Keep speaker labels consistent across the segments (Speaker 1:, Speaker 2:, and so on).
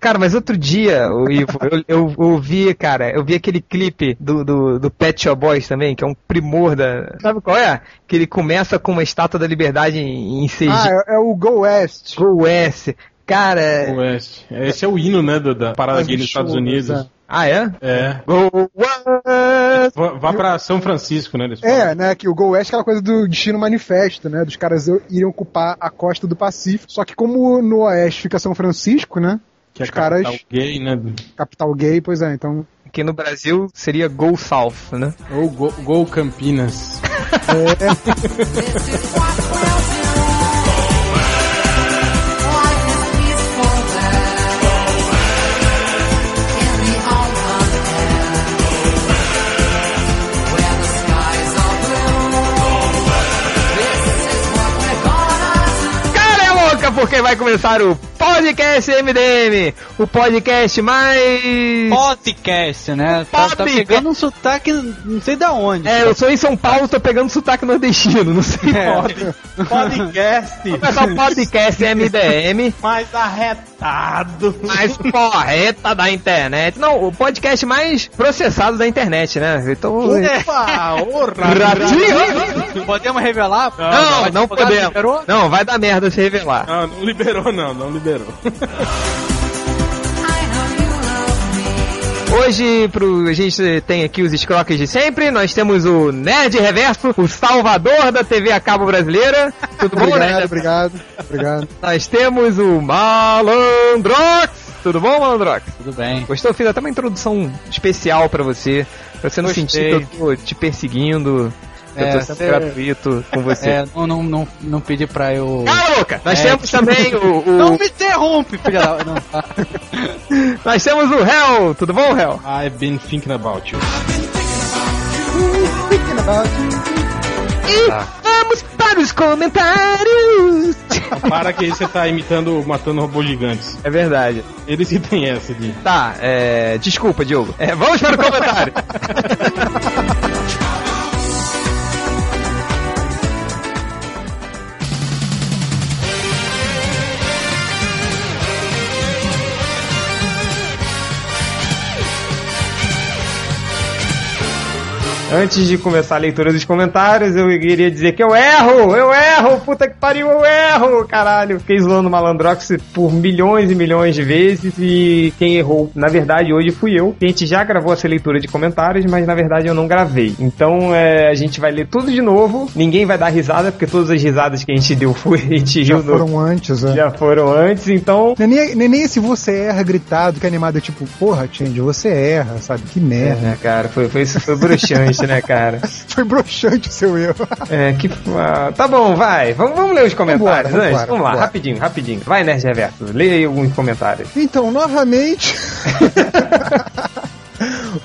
Speaker 1: Cara, mas outro dia, o Ivo, eu, eu, eu vi, cara, eu vi aquele clipe do, do, do Pet Shop Boys também, que é um primor da. Sabe qual é? Que ele começa com uma estátua da liberdade em, em CG.
Speaker 2: Ah, é, é o Go West.
Speaker 1: Go S. Cara.
Speaker 3: Oeste. Esse é o hino, né, do- da parada
Speaker 2: Mas
Speaker 3: gay nos
Speaker 2: show,
Speaker 3: Estados Unidos.
Speaker 2: né?
Speaker 1: Ah, é?
Speaker 3: É.
Speaker 1: Go West.
Speaker 3: Vá, vá pra São Francisco, né? eles falam.
Speaker 2: É, né? Que o Go West é aquela coisa do destino manifesto, né? Dos caras iriam ocupar a costa do Pacífico. Só que como no Oeste fica São Francisco, né?
Speaker 3: Que é
Speaker 2: os caras-
Speaker 3: capital gay, né? do-
Speaker 2: Capital gay, pois é, então.
Speaker 1: Que no Brasil seria Go South, né?
Speaker 3: Ou Go, Go Campinas.
Speaker 2: é,
Speaker 1: Cara é louca, porque vai começar o podcast MDM, o podcast mais...
Speaker 4: Podcast, né? Tá, tá
Speaker 1: Podcast.
Speaker 4: pegando um sotaque não sei da onde.
Speaker 1: É, eu sou em São Paulo, tô pegando sotaque nordestino, não sei
Speaker 4: É.
Speaker 1: como.
Speaker 5: Podcast
Speaker 1: Começar o podcast MDM,
Speaker 5: mais arretado.
Speaker 1: mais correta da internet. Não, o podcast mais processado da internet, né? Então...
Speaker 5: Opa, ô
Speaker 1: Ratinho!
Speaker 4: Podemos revelar?
Speaker 1: Não, não
Speaker 4: advogado
Speaker 1: podemos.
Speaker 4: liberou?
Speaker 1: Não, vai dar merda se revelar.
Speaker 3: Ah, não liberou, não, não liberou.
Speaker 1: Hoje pro, a gente tem aqui os escroques de sempre, nós temos o Nerd Reverso, o salvador da TV a cabo brasileira. Tudo bom,
Speaker 2: Obrigado,
Speaker 3: né?
Speaker 1: Nerd?
Speaker 2: obrigado, obrigado.
Speaker 1: Nós temos o Malandrox. Tudo bom, Malandrox?
Speaker 4: Tudo bem.
Speaker 1: Gostou? Eu Fiz até uma introdução especial pra você, pra você não
Speaker 4: Gostei.
Speaker 1: sentir que eu tô te perseguindo, que eu
Speaker 4: É,
Speaker 1: tô sendo
Speaker 4: você-
Speaker 1: gratuito com você.
Speaker 4: É, não, não, não, não pedi pra eu.
Speaker 1: Cala a boca! Nós
Speaker 4: É.
Speaker 1: temos também o, o-
Speaker 4: Não me interrompe, filha da. Não, tá.
Speaker 1: nós temos o Hell. Tudo bom, Hell?
Speaker 3: I've been thinking é about you.
Speaker 1: E vamos para os comentários.
Speaker 3: Para que você tá imitando, matando robôs gigantes.
Speaker 1: É verdade.
Speaker 3: Eles que tem essa de.
Speaker 1: Tá, é. Desculpa, Diogo. É, vamos para o comentário.
Speaker 5: Antes de começar a leitura dos comentários, eu queria dizer que eu erro, eu erro, puta que pariu, eu erro, caralho. Eu Fiquei zoando o Malandrox por milhões e milhões de vezes e quem errou, na verdade, hoje fui eu. A gente já gravou essa leitura de comentários, mas na verdade eu não gravei. Então é, a gente vai ler tudo de novo, ninguém vai dar risada, porque todas as risadas que a gente deu foi, a gente
Speaker 2: Já
Speaker 5: riu no-
Speaker 2: foram antes, é.
Speaker 5: já foram antes, então
Speaker 2: Não é Nem, nem, nem esse você erra gritado, que animado é tipo, porra, Change, você erra, sabe? Que
Speaker 5: É,
Speaker 2: merda.
Speaker 5: né, cara? Foi, foi, foi bruxante, né, cara?
Speaker 2: Foi broxante o seu erro.
Speaker 5: É, que. ah, tá bom, vai. Vamos, vamos ler os comentários
Speaker 2: Vambora,
Speaker 5: antes.
Speaker 2: vambora,
Speaker 5: vamos lá,
Speaker 2: vambora.
Speaker 5: rapidinho, rapidinho. Vai, Nerd Reverso. Leia aí alguns comentários.
Speaker 2: Então, novamente.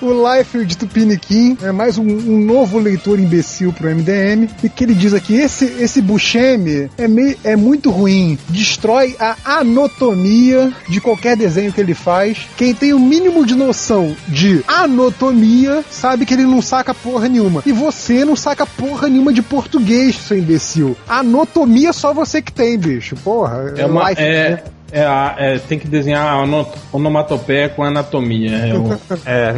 Speaker 2: O Liefeld Tupiniquim é mais um, um novo leitor imbecil pro MDM. E que ele diz aqui: esse, esse Buscemi é, meio, é muito ruim. Destrói a anatomia de qualquer desenho que ele faz. Quem tem o mínimo de noção de anatomia sabe que ele não saca porra nenhuma. E você não saca porra nenhuma de português, seu imbecil. Anatomia só você que tem, bicho. Porra.
Speaker 3: É uma.
Speaker 2: Liefeld, né?
Speaker 3: É, é, a- é, tem que desenhar a ono- onomatopeia com anatomia. É o-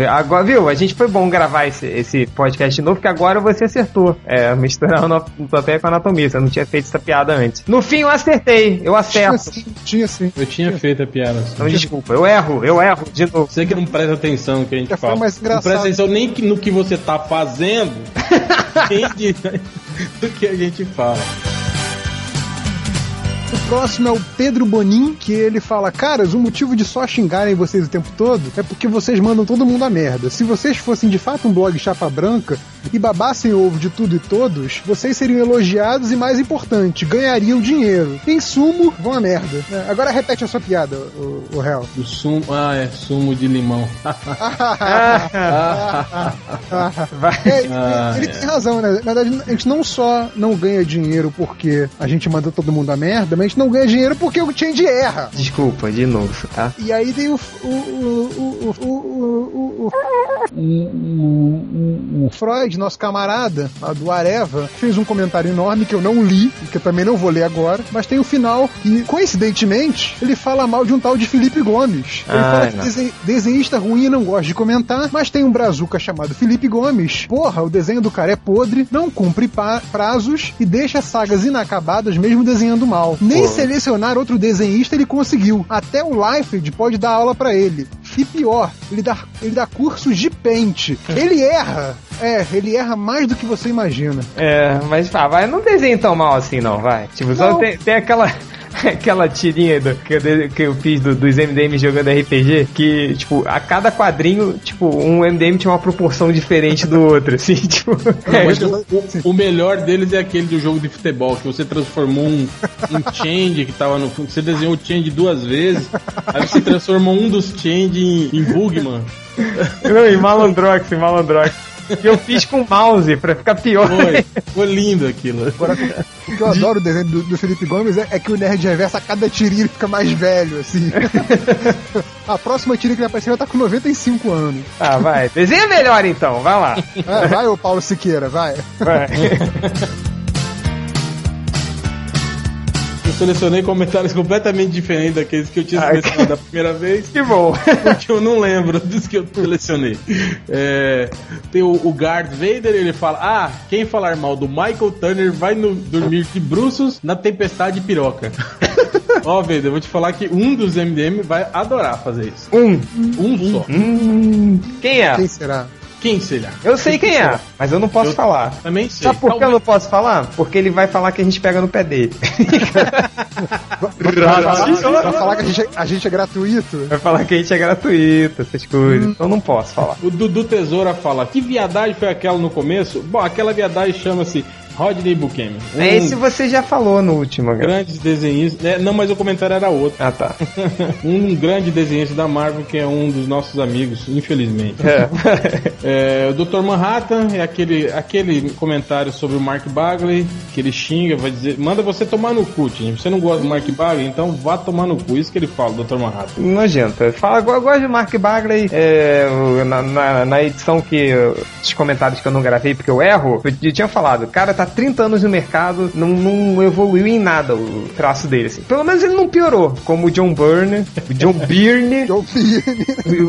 Speaker 5: É, agora, viu? A gente foi bom gravar esse, esse podcast de novo, porque agora você acertou. É, misturar o papel com a anatomia. Você não tinha feito essa piada antes. No fim, eu acertei. Eu
Speaker 2: Tinha
Speaker 5: acerto.
Speaker 2: sim, tinha sim.
Speaker 3: Eu tinha feito a piada. assim.
Speaker 5: Então, desculpa, eu erro, eu erro de novo.
Speaker 3: Você que não presta atenção no que a gente
Speaker 2: Já É, foi
Speaker 3: fala.
Speaker 2: mais
Speaker 3: não presta
Speaker 2: engraçado.
Speaker 3: atenção nem que- no que você tá fazendo. nem de- do que a gente fala.
Speaker 2: O próximo é o Pedro Bonin, que ele fala: Caras, o motivo de só xingarem vocês o tempo todo é porque vocês mandam todo mundo a merda. Se vocês fossem de fato um blog chapa branca e babassem ovo de tudo e todos, vocês seriam elogiados e, mais importante, ganhariam dinheiro. Em sumo, vão a merda. É, agora repete a sua piada, o, o réu.
Speaker 3: O sumo. Ah, é sumo de limão. Ah,
Speaker 2: Ah, É, ele,
Speaker 3: Ah,
Speaker 2: ele
Speaker 3: é.
Speaker 2: tem razão, né? Na verdade, a gente não só não ganha dinheiro porque a gente manda todo mundo a merda, mas a gente não ganha dinheiro porque o Change erra.
Speaker 5: Desculpa, de novo, tá?
Speaker 2: E aí tem o. o, o, o, o, o, o, o- o Freud de nosso camarada, lá do Areva, que fez um comentário enorme que eu não li, e que eu também não vou ler agora, mas tem o final que, coincidentemente, ele fala mal de um tal de Felipe Gomes. Ele
Speaker 5: Ah,
Speaker 2: fala que
Speaker 5: não.
Speaker 2: desen- desenhista ruim e não gosta de comentar, mas tem um brazuca chamado Felipe Gomes. Porra, o desenho do cara é podre, não cumpre pa- prazos e deixa sagas inacabadas mesmo desenhando mal. Nem selecionar outro desenhista ele conseguiu. Até o Liefeld pode dar aula pra ele. E pior, ele dá, ele dá cursos de pente. Ele erra. É, ele erra mais do que você imagina.
Speaker 5: É, mas tá, vai, não desenhe tão mal assim não, vai. Tipo, só
Speaker 2: Não.
Speaker 5: tem, tem aquela. Aquela tirinha do- que, eu, de- que eu fiz do- dos MDM jogando RPG, que, tipo, a cada quadrinho, tipo, um MDM tinha uma proporção diferente do outro, assim, tipo. é,
Speaker 3: Mas o, o- o melhor deles é aquele do jogo de futebol, que você transformou um, um change que tava no fundo. Você desenhou o change duas vezes, aí você transformou um dos change em, em bugman.
Speaker 5: não, e malandrox, e malandrox. Que eu fiz com mouse pra ficar pior.
Speaker 3: Foi, foi lindo aquilo.
Speaker 2: O que eu adoro o desenho do, do Felipe Gomes é, é que o Nerd Reverso, a cada tirinha, ele fica mais velho, assim. a próxima tirinha que ele aparecer, ele tá com 95 anos.
Speaker 5: Ah, vai. Desenha melhor então, vai lá.
Speaker 2: É, vai, ô Paulo Siqueira, vai.
Speaker 5: Vai.
Speaker 3: Eu selecionei comentários completamente diferentes daqueles que eu tinha
Speaker 5: Ah,
Speaker 3: selecionado da primeira vez.
Speaker 5: Que bom.
Speaker 3: Porque eu não lembro dos que eu selecionei. É, tem o, o Darth Vader, ele fala: Ah, quem falar mal do Michael Turner vai no- dormir de bruços na tempestade piroca. Ó, Vader, eu vou te falar que um dos MDM vai adorar fazer isso.
Speaker 5: Um.
Speaker 3: Um só.
Speaker 5: Hum, quem é?
Speaker 2: Quem será?
Speaker 3: Quem será?
Speaker 5: Eu sei quem é, mas eu não posso
Speaker 3: Eu-
Speaker 5: falar.
Speaker 3: Também sei.
Speaker 5: Sabe por que eu
Speaker 3: Talvez-
Speaker 5: não posso falar? Porque ele vai falar que a gente pega no pé dele.
Speaker 2: Vai falar, vai falar que a gente, é- a gente é gratuito?
Speaker 5: Vai falar que a gente é gratuito, essas coisas. Então não posso falar.
Speaker 3: O Dudu Tesoura fala: Que viadagem foi aquela no começo? Bom, aquela viadagem chama-se Rodney Buchanan. Um
Speaker 5: É Esse você já falou no último, cara.
Speaker 3: Grandes desenhistas. né, não, mas o comentário era outro.
Speaker 5: Ah, tá.
Speaker 3: um grande desenhista da Marvel que é um dos nossos amigos, infelizmente.
Speaker 5: É.
Speaker 3: É, o Dr. Manhattan é aquele, aquele comentário sobre o Mark Bagley que ele xinga, vai dizer, manda você tomar no cu, Tim. Você não gosta do Mark Bagley, então vá tomar no cu. Isso que ele fala, Dr. Manhattan.
Speaker 5: Nojento. Fala, eu gosto do Mark Bagley. é, o- na, na- na edição que. eu- Os comentários que eu não gravei porque eu erro, eu, t- tinha falado. O cara tá 30 anos no mercado, não, não evoluiu em nada o traço dele. assim. Pelo menos ele não piorou. Como o John Byrne, o John Byrne,
Speaker 2: Eu vi.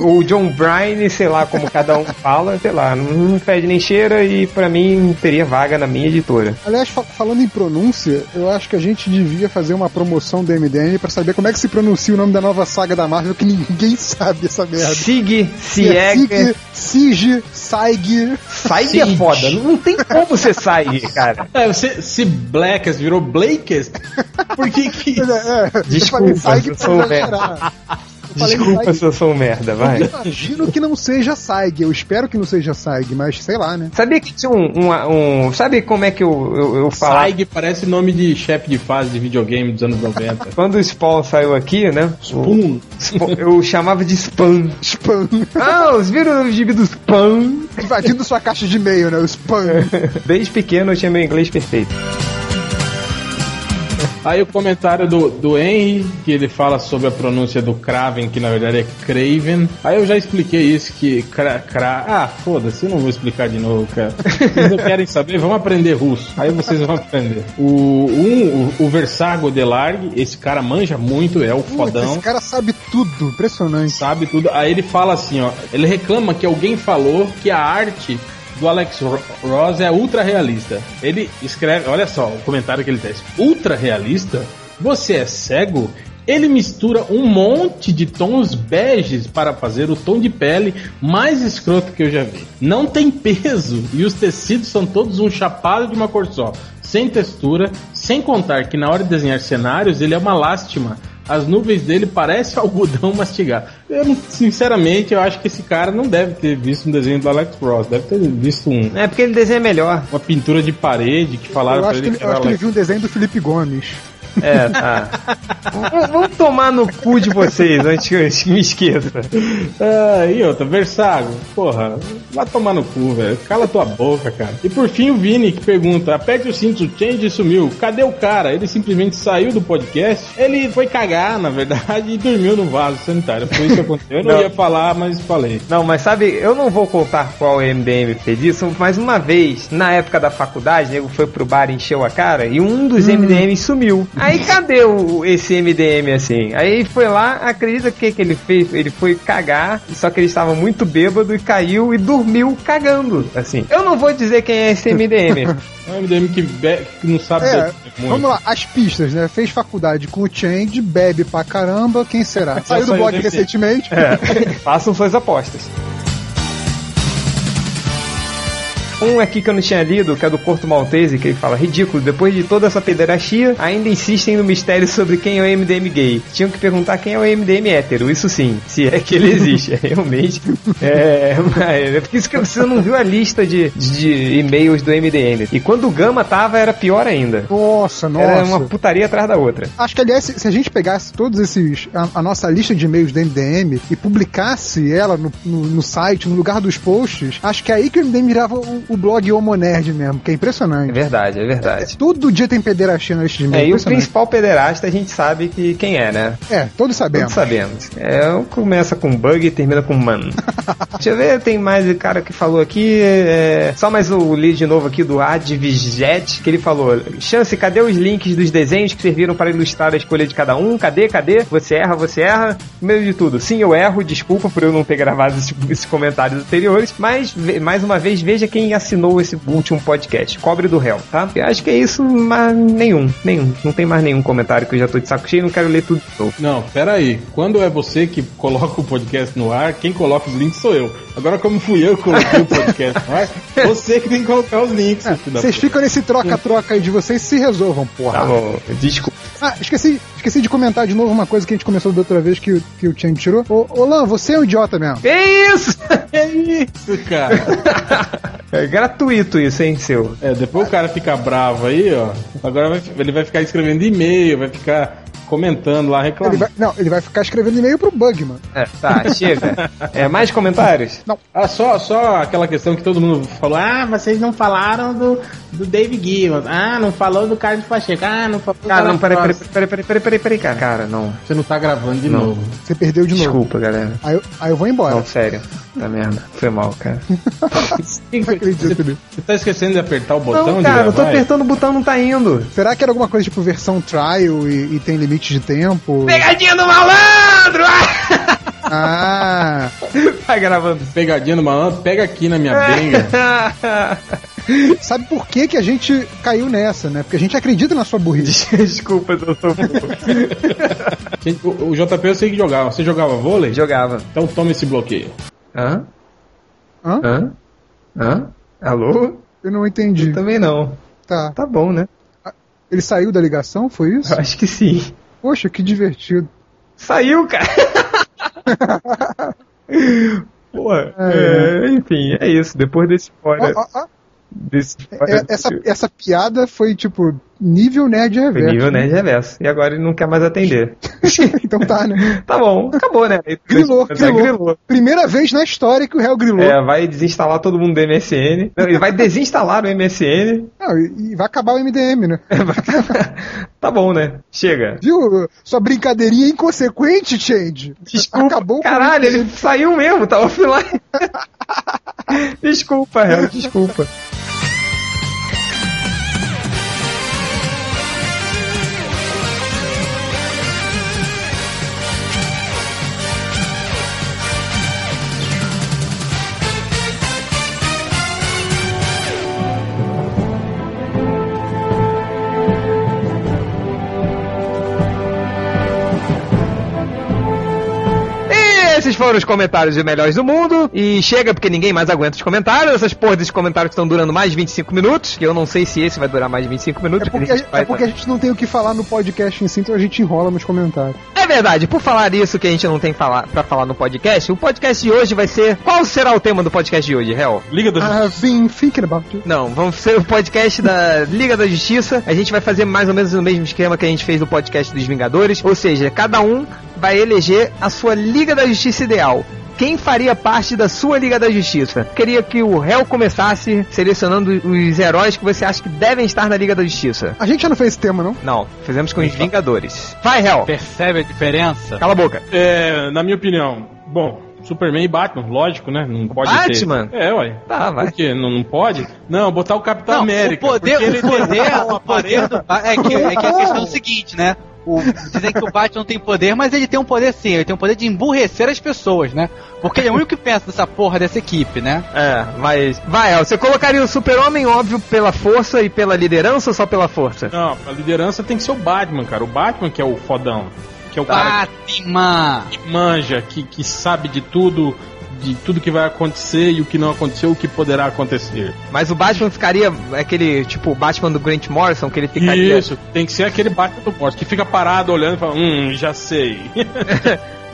Speaker 5: ou o John Bryan, sei lá como cada um fala, sei lá, não fede nem cheira e pra mim teria vaga na minha editora.
Speaker 2: Aliás, fa- falando em pronúncia, eu acho que a gente devia fazer uma promoção do MDM pra saber como é que se pronuncia o nome da nova saga da Marvel, que ninguém sabe essa merda. é
Speaker 5: É, Sig,
Speaker 2: Sig,
Speaker 5: Sieg,
Speaker 2: Sig, Saig.
Speaker 5: Saig é
Speaker 3: Sieg.
Speaker 5: foda, não tem como você sair, cara.
Speaker 3: É, você, se Blackest virou Blakest, por que que...
Speaker 2: É, é.
Speaker 5: Desculpa,
Speaker 2: eu falei Saig
Speaker 5: eu
Speaker 2: pra
Speaker 5: sou um
Speaker 2: exagerar. Eu falei
Speaker 5: Desculpa
Speaker 2: Saig
Speaker 5: se eu sou um merda, vai.
Speaker 2: Eu imagino que não seja SAIG, eu espero que não seja SAIG, mas sei lá, né?
Speaker 5: Sabia que tinha um, um- um- Sabe como é que eu, eu, eu falava?
Speaker 3: Saig parece nome de chefe de fase de videogame dos anos 90.
Speaker 5: Quando o Spawn saiu aqui, né? o
Speaker 3: Pum,
Speaker 5: Spawn- eu chamava de Spam.
Speaker 2: Spam.
Speaker 5: Ah, os viram o gibi do Spam?
Speaker 2: Invadindo sua caixa de e-mail, né? O spam.
Speaker 5: Desde pequeno eu tinha meu inglês perfeito.
Speaker 3: Aí o comentário do, do Henry, que ele fala sobre a pronúncia do Kraven, que na verdade é Craven. Aí eu já expliquei isso, que cra, cra... Ah, foda-se, eu não vou explicar de novo, cara. Vocês não querem saber? Vamos aprender russo. Aí vocês vão aprender. O, um, o, o Versago Delargue, esse cara manja muito, é o
Speaker 2: Putz,
Speaker 3: fodão.
Speaker 2: Esse cara sabe tudo, impressionante.
Speaker 3: Sabe tudo. Aí ele fala assim, ó. Ele reclama que alguém falou que a arte do Alex Ro- Ross é ultra realista. Ele escreve, olha só o comentário que ele fez. Ultra realista? Você é cego? Ele mistura um monte de tons beges para fazer o tom de pele mais escroto que eu já vi. Não tem peso e os tecidos são todos um chapado de uma cor só, sem textura, sem contar que na hora de desenhar cenários ele é uma lástima. As nuvens dele parecem algodão mastigado. Eu, não- sinceramente, eu acho que esse cara não deve ter visto um desenho do Alex Ross. Deve ter visto um-
Speaker 5: É porque ele desenha melhor.
Speaker 3: uma pintura de parede que falaram
Speaker 2: eu
Speaker 3: pra
Speaker 2: acho que
Speaker 3: ele
Speaker 2: ele,
Speaker 3: que
Speaker 2: eu
Speaker 3: era
Speaker 2: acho que ele
Speaker 3: Alex.
Speaker 2: viu um desenho do Felipe Gomes.
Speaker 5: É, tá. V- Vamos tomar no cu de vocês antes que eu es- me esqueça.
Speaker 3: Ah, e outra, Versago, porra, vai tomar no cu, velho. Cala tua boca, cara. E por fim o Vini que pergunta: aperte o cinto, o Change sumiu. Cadê o cara? Ele simplesmente saiu do podcast. Ele foi cagar, na verdade, e dormiu no vaso sanitário. Foi isso que aconteceu. Eu não,
Speaker 5: Não.
Speaker 3: ia falar, mas falei.
Speaker 5: Não, mas sabe, eu não vou contar qual é MDM fez isso, mas uma vez, na época da faculdade, o nego foi pro bar, encheu a cara e um dos MDM sumiu. Aí cadê o, esse MDM assim? Aí foi lá, acredita que que ele fez? Ele foi cagar, só que ele estava muito bêbado e caiu e dormiu cagando, assim. Eu não vou dizer quem é esse MDM.
Speaker 3: É um MDM que, be- que não sabe
Speaker 2: É,
Speaker 3: beber
Speaker 2: vamos lá, as pistas, né? Fez faculdade com o Change, bebe pra caramba, quem será? Saiu do
Speaker 3: saiu
Speaker 2: blog
Speaker 3: do MC.
Speaker 2: recentemente.
Speaker 5: Façam suas apostas. Um aqui que eu não tinha lido, que é do Corto Maltese, que ele fala: Ridículo, depois de toda essa pederastia, ainda insistem no mistério sobre quem é o MDM gay. Tinham que perguntar quem é o MDM hétero, isso sim, se é que ele existe. É, Realmente. É, mas é porque isso que você não viu a lista de, de e-mails do MDM. E quando o Gama tava, era pior ainda.
Speaker 2: Nossa, nossa.
Speaker 5: Era uma putaria atrás da outra.
Speaker 2: Acho que, aliás, se se a gente pegasse todos esses. a, a nossa lista de e-mails do MDM e publicasse ela no, no- no site, no lugar dos posts, acho que é aí que o MDM virava o, o blog Homonerd mesmo, que é
Speaker 5: É
Speaker 2: impressionante.
Speaker 5: verdade, é verdade.
Speaker 2: Todo dia tem pederastia na lista de
Speaker 5: É, e
Speaker 2: e-mails.
Speaker 5: o
Speaker 2: impressionante.
Speaker 5: principal pederasta a gente sabe que quem é, né?
Speaker 2: É, todos
Speaker 5: Tudo
Speaker 2: sabemos.
Speaker 5: sabemos. É, um começa com bug e termina com man. Deixa eu ver, tem mais o cara que falou aqui. é, só mais o li de novo aqui do Advijet, que ele falou: Chance, cadê os links dos desenhos que serviram para ilustrar a escolha de cada um? Cadê, cadê? Você erra, você erra. Primeiro de tudo, sim, eu erro, desculpa por eu não ter gravado esse- esses comentários anteriores, mas ve- mais uma vez, veja quem assinou esse último podcast, Cobre do Réu, tá? Eu acho que é isso, mas nenhum, nenhum. Não tem mais nenhum comentário que eu já tô de saco cheio, não quero ler tudo de novo.
Speaker 3: Não, peraí. Quando é você que coloca o podcast no ar, quem coloca os links sou eu. Agora, como fui eu que coloquei o podcast no ar, você que tem que colocar os links.
Speaker 5: Ah,
Speaker 3: filho da
Speaker 2: É, Vocês
Speaker 3: puta.
Speaker 2: ficam nesse troca-troca aí de vocês, se resolvam, porra.
Speaker 5: Tá bom, desculpa.
Speaker 2: Ah, esqueci, esqueci de comentar de novo uma coisa que a gente começou da outra vez que, o- que o Tian tirou. Ô, ô, Lan, você é um idiota mesmo.
Speaker 5: Que isso?
Speaker 3: Isso, cara.
Speaker 5: É gratuito isso, hein, seu?
Speaker 3: É, depois o cara fica bravo aí, ó. Agora vai- ele vai ficar escrevendo e-mail, vai ficar comentando lá,
Speaker 2: Ele
Speaker 3: reclamando.
Speaker 2: vai- não, ele vai ficar escrevendo e-mail pro Bugman.
Speaker 5: É, tá, chega. É, mais comentários?
Speaker 3: Ah, só, só aquela questão que todo mundo falou: ah, vocês não falaram do, do Dave Gibbons. Ah, não falou do Carlos Pacheco. Ah, não falou.
Speaker 5: Cara, não, peraí, peraí, peraí, peraí, peraí, peraí, peraí, cara. Cara, não.
Speaker 3: Você não tá gravando de novo.
Speaker 2: Você perdeu de novo.
Speaker 5: Desculpa, galera.
Speaker 2: Aí, eu- aí eu vou embora.
Speaker 5: Não, sério. Tá merda. Foi mal, cara.
Speaker 2: Não acredito nisso.
Speaker 3: Você tá esquecendo de apertar o botão
Speaker 5: Não,
Speaker 3: de
Speaker 5: cara, eu tô
Speaker 3: gravar? é-
Speaker 5: apertando o botão, não tá indo.
Speaker 2: Será que era alguma coisa tipo versão trial e, e tem limite de tempo?
Speaker 5: Pegadinha do malandro!
Speaker 2: Ah,
Speaker 5: Vai gravando.
Speaker 3: Pegadinha do malandro, pega aqui na minha benga.
Speaker 2: sabe por que, que a gente caiu nessa, né? Porque a gente acredita na sua burrice.
Speaker 5: Desculpa, eu sou burro.
Speaker 3: Gente, O, o JP eu sei que jogava. Você jogava vôlei?
Speaker 5: Jogava.
Speaker 3: Então toma esse bloqueio.
Speaker 5: Hã?
Speaker 2: Hã?
Speaker 5: Hã? Hã? Alô?
Speaker 2: Eu não entendi.
Speaker 5: Também não.
Speaker 2: Tá.
Speaker 5: Tá bom, né?
Speaker 2: Ele saiu da ligação, foi isso?
Speaker 5: Eu acho que sim.
Speaker 2: Poxa, que divertido.
Speaker 5: Saiu, cara. Porra,
Speaker 2: É.
Speaker 5: é, enfim, é isso. Depois desse fora,
Speaker 2: Ó, ó, ó,
Speaker 5: desse fora
Speaker 2: é- essa, essa piada foi tipo nível nerd
Speaker 5: foi
Speaker 2: reverso.
Speaker 5: nível nerd reverso. E agora ele não quer mais atender.
Speaker 2: então tá, né?
Speaker 5: Tá bom, acabou, né?
Speaker 2: Grilou,
Speaker 5: Mas é,
Speaker 2: grilou, Primeira vez na história que o réu grilou.
Speaker 5: É, vai desinstalar todo mundo do MSN. Não, ele vai desinstalar o MSN.
Speaker 2: Não, e, e vai acabar o MDM, né?
Speaker 5: Tá bom, né? Chega.
Speaker 2: Viu? Sua brincadeirinha é inconsequente, Change.
Speaker 5: Desculpa.
Speaker 2: Acabou com
Speaker 5: Caralho, ele saiu mesmo, tá offline. desculpa, Hel, desculpa. E esses
Speaker 1: foram os comentários de melhores do mundo. E chega, porque ninguém mais aguenta os comentários. Essas porras desses comentários que estão durando mais de 25 minutos. Que eu não sei se esse vai durar mais de 25 minutos.
Speaker 2: É porque,
Speaker 1: a
Speaker 2: a,
Speaker 1: gente vai-
Speaker 2: é porque a gente não tem o que falar no podcast em si, então a gente enrola nos comentários.
Speaker 1: É verdade, por falar isso que a gente não tem falar, pra falar no podcast, o podcast de hoje vai ser. Qual será o tema do podcast de hoje, Hel?
Speaker 3: Liga da Justiça.
Speaker 2: Ah, I've been thinking about you.
Speaker 1: Não, vamos ser o podcast da Liga da Justiça. A gente vai fazer mais ou menos o mesmo esquema que a gente fez no podcast dos Vingadores. Ou seja, cada um vai eleger a sua Liga da Justiça ideal. Quem faria parte da sua Liga da Justiça? Queria que o réu começasse selecionando os heróis que você acha que devem estar na Liga da Justiça.
Speaker 2: A gente já não fez esse tema, não?
Speaker 1: Não, fizemos com os Vingadores. Vai, réu!
Speaker 4: Percebe a diferença?
Speaker 1: Cala a boca.
Speaker 5: Ah.
Speaker 3: É, na minha opinião, bom, Superman e Batman, lógico, né? Não pode
Speaker 1: Batman?
Speaker 3: ter. É, ué.
Speaker 1: Tá, vai.
Speaker 3: Por quê? Não, não pode? Não, botar o Capitão
Speaker 4: Não,
Speaker 3: América.
Speaker 4: o poder,
Speaker 3: porque
Speaker 4: o poder, um o poder do, é, que, é que a questão é o seguinte, né? O, dizem que o Batman não tem poder, mas ele tem um poder sim, ele tem um poder de emburrecer as pessoas, né? Porque ele é o único que pensa nessa porra dessa equipe, né?
Speaker 1: É, mas. Vai, Hel, você colocaria o Super-Homem, óbvio, pela força e pela liderança ou só pela força?
Speaker 3: Não, a liderança tem que ser o Batman, cara. O Batman que é o fodão. Que é o
Speaker 4: Tá.
Speaker 3: cara
Speaker 4: Batman!
Speaker 3: que manja, que, que sabe de tudo, de tudo que vai acontecer e o que não aconteceu, o que poderá acontecer.
Speaker 1: Mas o Batman ficaria aquele, tipo, o Batman do Grant Morrison, que ele ficaria.
Speaker 3: Isso, tem que ser aquele Batman do Morte, que fica parado olhando e fala, hum, já sei.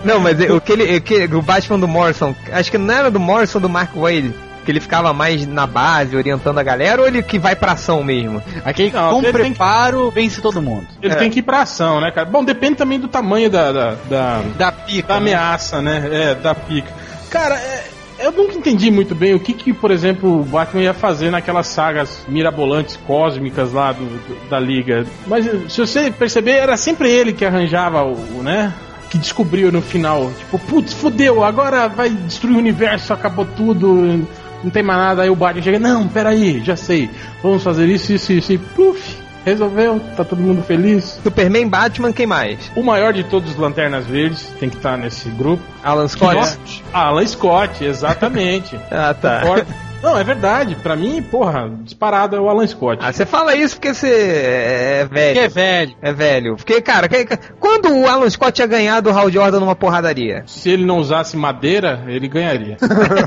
Speaker 1: Não, mas o, que ele, o, que- o Batman do Morrison, acho que não era do Morrison do Mark Wade. Que ele ficava mais na base, orientando a galera, ou ele que vai pra ação mesmo?
Speaker 4: Aquele que
Speaker 3: Não,
Speaker 4: com
Speaker 3: ele tem que-
Speaker 4: preparo vence todo mundo.
Speaker 3: Ele
Speaker 1: É.
Speaker 3: tem que ir pra ação, né, cara? Bom, depende também do tamanho da, da, da,
Speaker 4: Da pica.
Speaker 3: da
Speaker 4: né?
Speaker 3: ameaça, né? É, da pica. Cara, é, eu nunca entendi muito bem o que, que, por exemplo, o Batman ia fazer naquelas sagas mirabolantes cósmicas lá do, do- da Liga. Mas se você perceber, era sempre ele que arranjava o, o, né? Que descobriu no final. Tipo, putz, fodeu, agora vai destruir o universo, acabou tudo, não tem mais nada. Aí o Batman chega, não, peraí, já sei, vamos fazer isso, isso, isso, e pluf, resolveu, tá todo mundo feliz.
Speaker 1: Superman, Batman, quem mais?
Speaker 3: O maior de todos os Lanternas Verdes tem que estar nesse grupo.
Speaker 1: Alan Scott?
Speaker 3: Scott. Alan Scott, exatamente.
Speaker 1: Ah, tá.
Speaker 3: Concordo. Não, é verdade. Pra mim, porra, disparado é o Alan Scott.
Speaker 1: Ah, você fala isso porque você é velho.
Speaker 4: Assim Que é velho.
Speaker 1: É velho. Porque, cara, que- quando o Alan Scott ia ganhar do Hal Jordan numa porradaria?
Speaker 3: Se ele não usasse madeira, ele ganharia.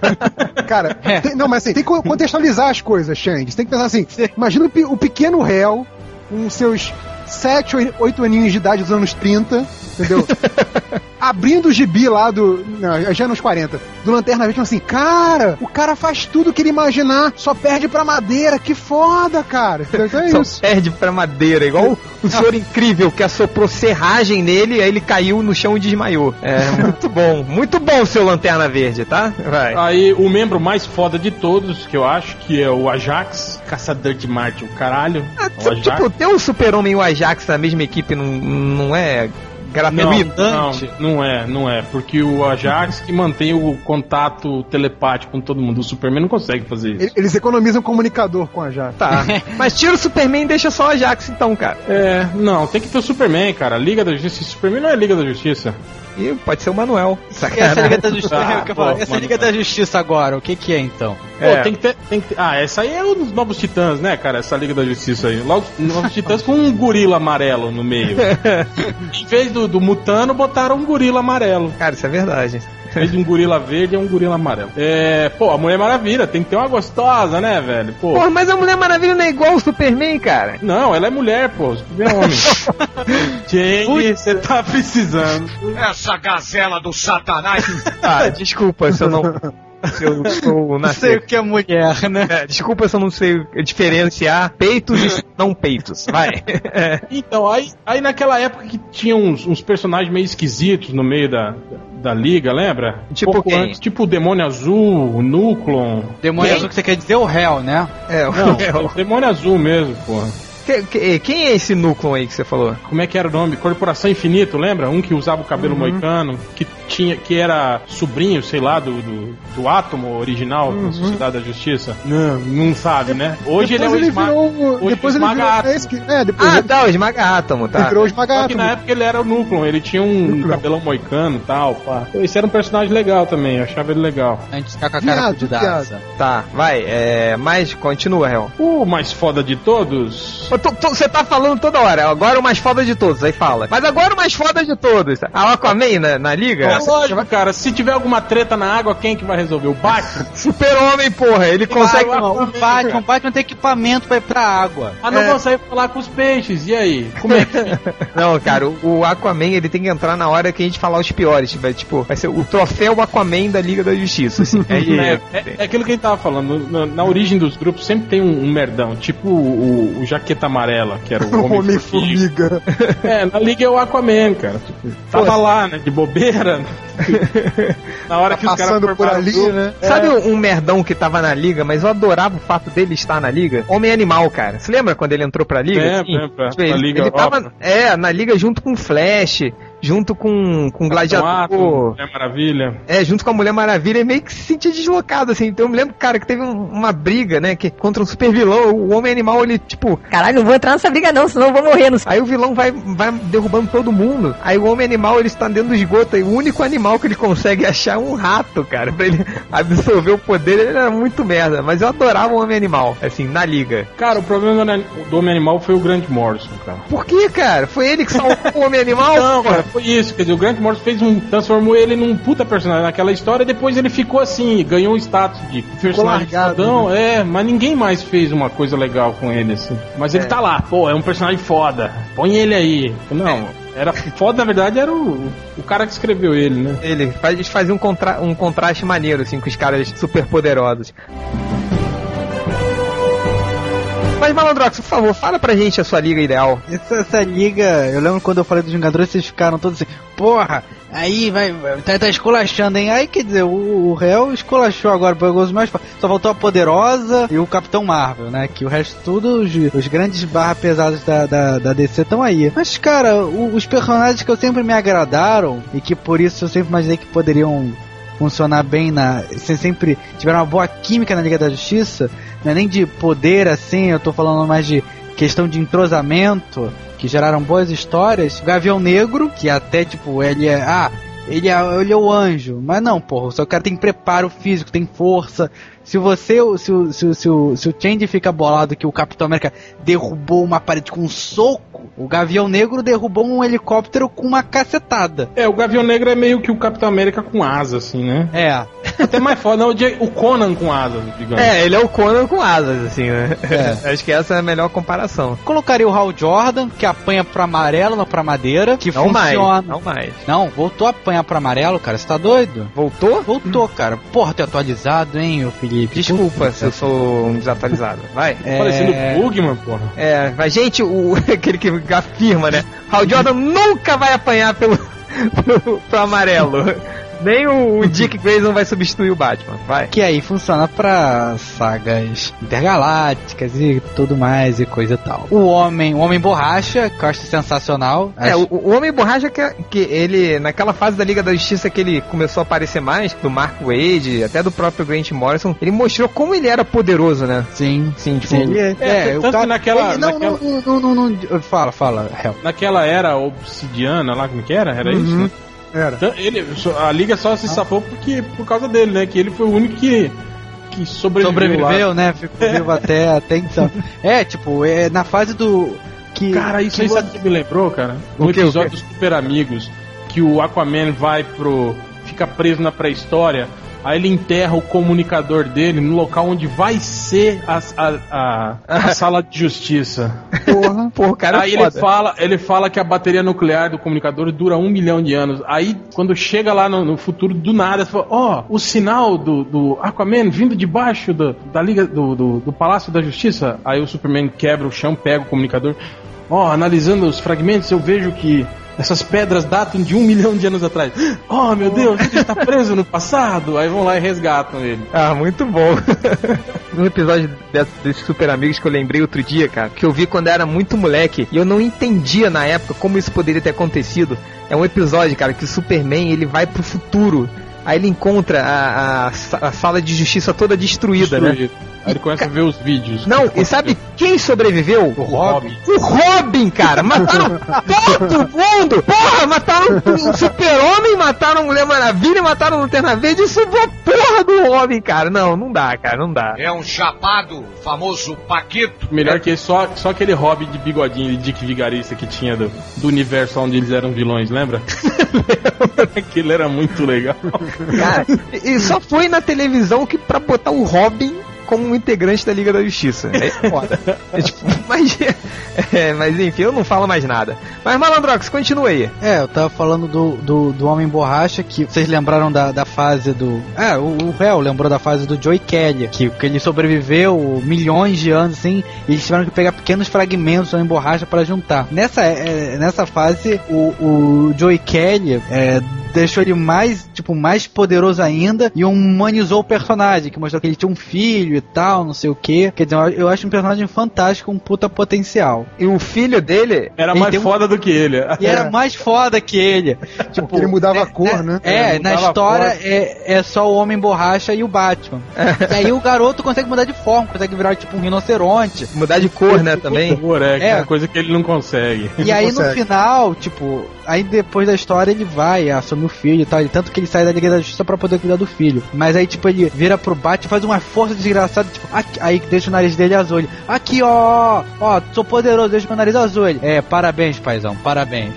Speaker 2: Cara,
Speaker 4: É.
Speaker 2: tem- não, mas assim, tem que contextualizar as coisas, Shang. Você tem que pensar assim: imagina o, pe- o pequeno réu, com seus 7, 8 aninhos de idade dos anos 30, entendeu? Abrindo o gibi lá do. Não, já é nos 40, do Lanterna Verde, falando assim: Cara, o cara faz tudo que ele imaginar, só perde pra madeira, que foda, cara. Então é
Speaker 1: Só
Speaker 2: isso.
Speaker 1: perde pra madeira, igual o- o senhor incrível que assoprou serragem nele, aí ele caiu no chão e desmaiou. É, muito bom, muito bom seu Lanterna Verde, tá?
Speaker 4: É.
Speaker 1: Vai.
Speaker 3: Aí o membro mais foda de todos, que eu acho, que é o Ajax, caçador de Marte, o caralho.
Speaker 4: É,
Speaker 1: Ah,
Speaker 3: o Ajax.
Speaker 1: tipo, ter o Super-Homem e o Ajax na mesma equipe não, não é
Speaker 3: não,
Speaker 1: gratuito?
Speaker 3: não, não é, não é. Porque o Ajax que mantém o contato telepático com todo mundo. O Superman não consegue fazer isso.
Speaker 2: E- Eles economizam comunicador com a Jade.
Speaker 1: Tá. Mas tira o Superman e deixa só o Ajax então, cara.
Speaker 3: É, não, tem que ter o Superman, cara. Liga da Justiça. Superman não é Liga da Justiça.
Speaker 1: E pode ser o Manuel.
Speaker 4: E essa é
Speaker 1: Sacanagem.
Speaker 4: Liga da Justiça,
Speaker 3: Ah,
Speaker 4: é o que eu falo.
Speaker 3: bom,
Speaker 4: Essa
Speaker 3: mano.
Speaker 4: Liga da Justiça agora, o que que é então?
Speaker 3: Pô, tem que ter, tem que ter- Ah, essa aí é um dos Novos Titãs, né, cara? Essa Liga da Justiça aí. Logo, Novos Titãs com um gorila amarelo no meio. em vez do, do Mutano, botaram um gorila amarelo.
Speaker 1: Cara, isso é verdade.
Speaker 3: Em vez de um gorila verde, é um gorila amarelo. É, pô, a Mulher Maravilha, tem que ter uma gostosa, né, velho? Pô.
Speaker 1: Porra, mas a Mulher Maravilha não é igual o Superman, cara.
Speaker 3: Não, ela é mulher, pô. Não é homem. Jane, você tá precisando.
Speaker 6: Essa gazela do satanás.
Speaker 1: Ah, desculpa se eu não. Se eu sou
Speaker 4: Não sei o que é mulher, né?
Speaker 1: É, desculpa se eu não sei diferenciar peitos e não peitos. Vai.
Speaker 3: Então, aí, aí naquela época que tinha uns, uns personagens meio esquisitos no meio da, da liga, lembra?
Speaker 1: Tipo
Speaker 3: Pouco
Speaker 1: quem?
Speaker 3: antes, tipo o Demônio Azul, o Núcleon.
Speaker 4: Demônio
Speaker 1: Quem?
Speaker 4: azul que você quer dizer é o réu, né?
Speaker 1: É, o-
Speaker 3: Não,
Speaker 1: é, o-
Speaker 3: o Demônio Azul mesmo, porra.
Speaker 1: Que- que- quem é esse núcleo aí que você falou?
Speaker 3: Como é que era o nome? Corporação Infinito, lembra? Um que usava o cabelo moicano, que tinha, que era sobrinho, sei lá, do, do, do átomo original da Sociedade da Justiça. Não, não sabe, né? Hoje ele é
Speaker 2: depois
Speaker 3: o Esmaga.
Speaker 2: virou o-
Speaker 3: hoje
Speaker 2: Depois
Speaker 3: o
Speaker 2: ele virou.
Speaker 3: Esmaga-Átomo.
Speaker 2: É, esse que- é, depois
Speaker 1: Ah,
Speaker 2: ele,
Speaker 1: tá, o esmaga-átomo,
Speaker 2: ele
Speaker 1: tá.
Speaker 2: virou o
Speaker 3: Só que
Speaker 2: esmagato.
Speaker 3: na época ele era o Núcleon, ele tinha um cabelão moicano e tal, pá. Esse era um personagem legal também, eu achava ele legal.
Speaker 4: A gente fica com a cara
Speaker 2: Viado,
Speaker 4: fudidaça.
Speaker 1: Tá, vai, é. Mas continua, Hel.
Speaker 3: O mais foda de todos.
Speaker 1: Eu tô- tô- Você tá falando toda hora, agora o mais foda de todos, aí fala. Mas agora o mais foda de todos. A Aquaman na, na
Speaker 3: É
Speaker 1: liga?
Speaker 3: lógico, cara. Se tiver alguma treta na água, quem é que vai resolver? O Batman?
Speaker 1: Super-homem, porra, ele consegue.
Speaker 4: Batman,
Speaker 2: um?
Speaker 4: o Batman, o Batman tem equipamento pra ir pra água.
Speaker 3: Ah,
Speaker 2: é.
Speaker 3: não consegue falar com os peixes. E aí? Como é que...
Speaker 1: Não, cara, o o Aquaman ele tem que entrar na hora que a gente falar os piores. Vai, tipo, vai ser o troféu Aquaman da Liga da Justiça. Assim.
Speaker 3: É,
Speaker 1: É,
Speaker 3: é- é aquilo que a gente tava falando. Na, na origem dos grupos sempre tem um, um merdão. Tipo o, o- o Jaqueta Amarela, que era o Homem, Formiga.
Speaker 2: Homem-Formiga.
Speaker 3: É, na Liga é o Aquaman, cara. Tipo, tava lá, né? De bobeira. na hora
Speaker 2: Tá
Speaker 3: que os caras
Speaker 2: passando por
Speaker 3: formaram o
Speaker 2: ali,
Speaker 3: grupo.
Speaker 2: né?
Speaker 1: Sabe um merdão que tava na liga, mas eu adorava o fato dele estar na liga? Homem Animal, cara. Você lembra quando ele entrou pra liga? Tipo,
Speaker 3: Lembro, lembro, É, pra-
Speaker 1: ele,
Speaker 3: pra Liga
Speaker 1: ele
Speaker 3: Europa. né?
Speaker 1: tava, é, na liga junto com o Flash, junto com, com
Speaker 3: Então,
Speaker 1: o
Speaker 3: Atom,
Speaker 1: Gladiador.
Speaker 3: é maravilha.
Speaker 1: É, junto com a Mulher Maravilha, ele meio que se sentia deslocado, assim. Então eu me lembro, cara, que teve um- uma briga, né, que contra um super vilão, o Homem Animal, ele, tipo...
Speaker 7: Caralho, não vou entrar nessa briga não, senão eu vou morrer. Não sei.
Speaker 1: Aí o vilão vai, vai derrubando todo mundo. Aí o Homem Animal, ele está dentro do esgoto, e o único animal que ele consegue achar é um rato, cara. Pra ele absorver o poder, ele era muito merda. Mas eu adorava o Homem Animal, assim, na liga.
Speaker 3: Cara, o problema do- do Homem Animal foi o Grant Morrison, cara.
Speaker 1: Por que, cara? Foi ele que salvou o Homem Animal?
Speaker 3: Não, cara, foi isso. Quer dizer, o Grant Morrison fez um. transformou ele num puta personagem naquela história. Depois ele ficou assim, ganhou o status de personagem
Speaker 2: largado,
Speaker 3: fodão.
Speaker 1: né?
Speaker 3: É, mas ninguém mais fez uma coisa legal com ele, assim. Mas ele tá lá, pô, é um personagem foda. Põe ele aí. Não, era foda, na verdade, era o, o cara que escreveu ele, né?
Speaker 1: Ele faz, eles faziam um, contra- um contraste maneiro, assim, com os caras super poderosos. Mas, Malandrox, por favor, fala pra gente a sua liga ideal.
Speaker 4: Essa, essa liga, eu lembro quando eu falei dos Vingadores, vocês ficaram todos assim, porra, aí vai, vai- tá, tá esculachando, hein? Aí quer dizer, o, o réu esculachou agora, pegou os mais. fa- Só faltou a Poderosa e o Capitão Marvel, né? Que o resto tudo, os, os grandes barra pesados da, da, da DC estão aí. Mas, cara, o- os personagens que eu sempre me agradaram e que por isso eu sempre imaginei que poderiam funcionar bem na. se- Sempre tiveram uma boa química na Liga da Justiça, não é nem de poder assim, eu tô falando mais de questão de entrosamento, que geraram boas histórias. Gavião Negro, que até tipo, ele é. Ah, ele é, ele é o anjo. Mas não, porra, o seu cara tem preparo físico, tem força. Se você. Se, o- se, o- se, o- se o Change fica bolado que o Capitão América derrubou uma parede com um soco, o Gavião Negro derrubou um helicóptero com uma cacetada.
Speaker 3: É, o Gavião Negro é meio que o Capitão América com asa, assim, né?
Speaker 4: É.
Speaker 3: Até mais foda, não, o Jay- o Conan com asa, digamos.
Speaker 1: É, ele é o Conan com asas, assim, né? Acho que essa é a melhor comparação.
Speaker 4: Colocaria o Hal Jordan, que apanha pro amarelo, não pra madeira, que
Speaker 1: Não mais,
Speaker 4: funciona.
Speaker 1: não mais.
Speaker 4: Não, voltou a apanhar pro amarelo, cara, você tá doido?
Speaker 1: Voltou?
Speaker 4: Voltou, cara. Porra, tu é atualizado, hein, ô Felipe?
Speaker 1: Desculpa se eu sou um desatualizado. Vai.
Speaker 4: É...
Speaker 3: Parecendo o Bugman, porra.
Speaker 1: É, mas gente, o, aquele que afirma, né? Hal Jordan nunca vai apanhar pelo, pelo pro amarelo. Nem o, o Dick Grayson vai substituir o Batman. Vai.
Speaker 4: Que aí funciona pra sagas intergalácticas e tudo mais e coisa e tal. O Homem, o Homem Borracha, que eu acho sensacional.
Speaker 1: É,
Speaker 4: Acho-
Speaker 1: o, o Homem Borracha que, é, que ele, naquela fase da Liga da Justiça que ele começou a aparecer mais, do Mark Wade, até do próprio Grant Morrison, ele mostrou como ele era poderoso, né?
Speaker 4: Sim.
Speaker 1: Sim, tipo,
Speaker 4: Sim, ele é,
Speaker 3: É,
Speaker 4: o
Speaker 3: tanto
Speaker 4: cara-
Speaker 3: que naquela-
Speaker 4: ele- não,
Speaker 3: naquela-
Speaker 4: não, não, não, não, não- Fala, fala, Hel.
Speaker 3: Naquela era obsidiana lá, como que era? Era isso,
Speaker 4: Uhum.
Speaker 3: né?
Speaker 2: Era.
Speaker 3: Então, ele, só- a liga só
Speaker 4: Ah.
Speaker 3: se safou porque, por causa dele, né? Que ele foi o único que, que sobreviveu. lá.
Speaker 4: Sobreviveu, né? Ficou vivo até, até então. É, tipo, é na fase do. Que,
Speaker 3: Cara, isso
Speaker 4: que
Speaker 3: aí
Speaker 4: você-
Speaker 3: sabe o que me lembrou, cara? Um
Speaker 1: O quê, o
Speaker 3: episódio
Speaker 1: quê?
Speaker 3: dos Super Amigos, que o Aquaman vai pro. fica preso na pré-história, aí ele enterra o comunicador dele no local onde vai ser a, a, a, a sala de justiça.
Speaker 1: porra, porra, o cara
Speaker 3: aí
Speaker 1: é
Speaker 3: Ah, ele
Speaker 1: foda.
Speaker 3: fala, ele fala que a bateria nuclear do comunicador dura um milhão de anos. Aí, quando chega lá no, no futuro, do nada, você fala, ó, o sinal do, do Aquaman vindo de baixo da, da liga do, do, do Palácio da Justiça. Aí o Superman quebra o chão, pega o comunicador. Ó, analisando os fragmentos, eu vejo que essas pedras datam de um milhão de anos atrás. Oh, meu Deus, ele está preso no passado. Aí vão lá e resgatam ele.
Speaker 1: Ah, muito bom. um episódio dessa- desses Super Amigos que eu lembrei outro dia, cara, que eu vi quando eu era muito moleque e eu não entendia na época como isso poderia ter acontecido. É um episódio, cara, que o Superman ele vai pro futuro. Aí ele encontra a, a sa- a sala de justiça toda destruída, né?
Speaker 3: Destruído. Aí ele começa a ver os vídeos.
Speaker 1: Não, e sabe quem sobreviveu?
Speaker 3: O Robin.
Speaker 1: O Robin, cara! Mataram todo mundo! Porra, mataram o Super-Homem, mataram a Mulher Maravilha, mataram a Lanterna Verde e sobrou a porra do Robin, cara! Não, não dá, cara, não dá.
Speaker 6: É um chapado, famoso Paquito.
Speaker 3: Melhor que só, só aquele hobby de bigodinho de Dick Vigarista que tinha do, do universo onde eles eram vilões, lembra? Aquilo era muito legal.
Speaker 1: Cara, e e só foi na televisão que pra botar o Robin como um integrante da Liga da Justiça. É foda. É tipo, mas, é, mas enfim, eu não falo mais nada. Mas Malandrox, continua aí.
Speaker 4: É, eu tava falando do, do, do Homem Borracha, que vocês lembraram da, da fase do. É, o, o réu lembrou da fase do Joey Kelly, que, que ele sobreviveu milhões de anos, assim, e eles tiveram que pegar pequenos fragmentos do Homem Borracha para juntar. Nessa, é, nessa fase, o, o Joey Kelly é, deixou ele mais, tipo, mais poderoso ainda e humanizou o personagem, que mostrou que ele tinha um filho e tal, não sei o que. Quer dizer, eu- eu acho um personagem fantástico, um puta potencial.
Speaker 1: E o filho dele.
Speaker 3: Era
Speaker 4: Ele
Speaker 3: mais
Speaker 4: tem um-
Speaker 3: foda do que ele.
Speaker 4: E era mais foda que ele. Tipo,
Speaker 2: Porque ele mudava a cor, né?
Speaker 4: É,
Speaker 3: Ele
Speaker 4: na
Speaker 3: mudava a
Speaker 4: história
Speaker 3: cor.
Speaker 4: é, é só o Homem Borracha e o Batman. e aí o garoto consegue mudar de forma, consegue virar tipo um rinoceronte.
Speaker 1: Mudar de cor, né, também.
Speaker 3: Moreca,
Speaker 4: É.
Speaker 3: é. coisa que ele não consegue.
Speaker 4: E aí no
Speaker 2: consegue.
Speaker 4: final, tipo, aí depois da história ele vai, assume o filho e tal. E tanto que ele sai da Liga da Justiça pra poder cuidar do filho. Mas aí, tipo, ele vira pro Batman, faz uma força desgraçada, tipo, aqui- aí deixa o nariz dele azul. Ele, aqui, ó, ó, sou poderoso, deixa meu nariz azul. Ele, é, parabéns, paizão, parabéns.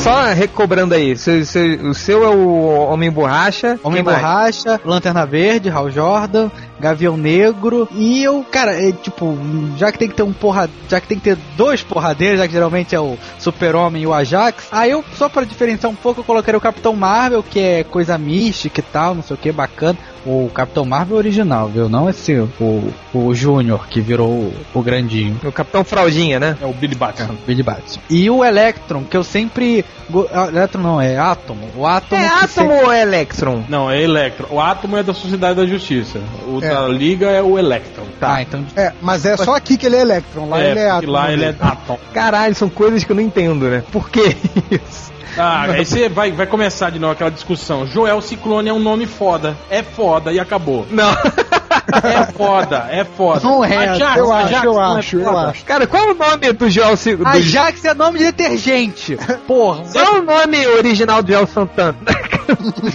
Speaker 1: Só recobrando aí. seu- seu- o seu é o Homem Borracha.
Speaker 4: Homem
Speaker 1: Quem mais?
Speaker 4: Borracha, Lanterna Verde, Hal Jordan, Gavião Negro. E eu, cara, é, tipo, já que tem que ter um porra. Já que tem que ter dois porradeiros, já que geralmente é o Super-Homem e o Ajax. Aí eu, só pra diferenciar um pouco, eu colocaria o Capitão Marvel, que é coisa mística e tal, não sei o que, bacana. O Capitão Marvel é original, viu? Não esse, o, o Júnior, que virou o, o grandinho.
Speaker 1: O Capitão Fraldinha, né?
Speaker 3: É o Billy Batson.
Speaker 4: Billy Batson. E o Electron, que eu sempre. go- ah, Electron não, é Átomo. O Átomo.
Speaker 1: É
Speaker 4: que
Speaker 1: átomo ou é Electron?
Speaker 3: Não, é Electron. O átomo é da Sociedade da Justiça. O
Speaker 2: É.
Speaker 3: da Liga é o Electron.
Speaker 4: Tá. Ah, então
Speaker 2: É, mas é só aqui que ele é Electron, lá ele é
Speaker 3: porque
Speaker 2: átomo.
Speaker 3: lá ele é
Speaker 2: mesmo.
Speaker 3: átomo.
Speaker 1: Caralho, são coisas que eu não entendo, né? Por que isso?
Speaker 3: Ah, aí você vai, vai começar de novo aquela discussão. Joel Ciclone é um nome foda. É foda e acabou.
Speaker 1: Não.
Speaker 3: É foda, é foda.
Speaker 4: Não é,
Speaker 3: Ajax,
Speaker 2: Eu
Speaker 3: Ajax
Speaker 2: acho, eu
Speaker 3: não é
Speaker 2: acho, eu
Speaker 3: foda.
Speaker 2: acho.
Speaker 1: Cara, qual é o nome do Joel Ci- do-
Speaker 4: Ajax é nome de detergente. Porra.
Speaker 1: Qual é o nome original do Joel Santana?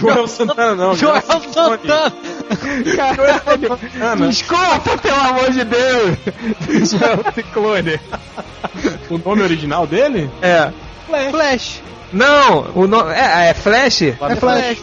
Speaker 3: Joel Santana não.
Speaker 4: Joel
Speaker 3: Ciclone.
Speaker 4: Santana.
Speaker 1: Caralho. Desculpa, pelo amor de Deus. Joel Ciclone.
Speaker 3: O nome original dele?
Speaker 1: É.
Speaker 4: Flash.
Speaker 1: Não, o nome... É, é Flash?
Speaker 2: É Flash.
Speaker 3: Flash.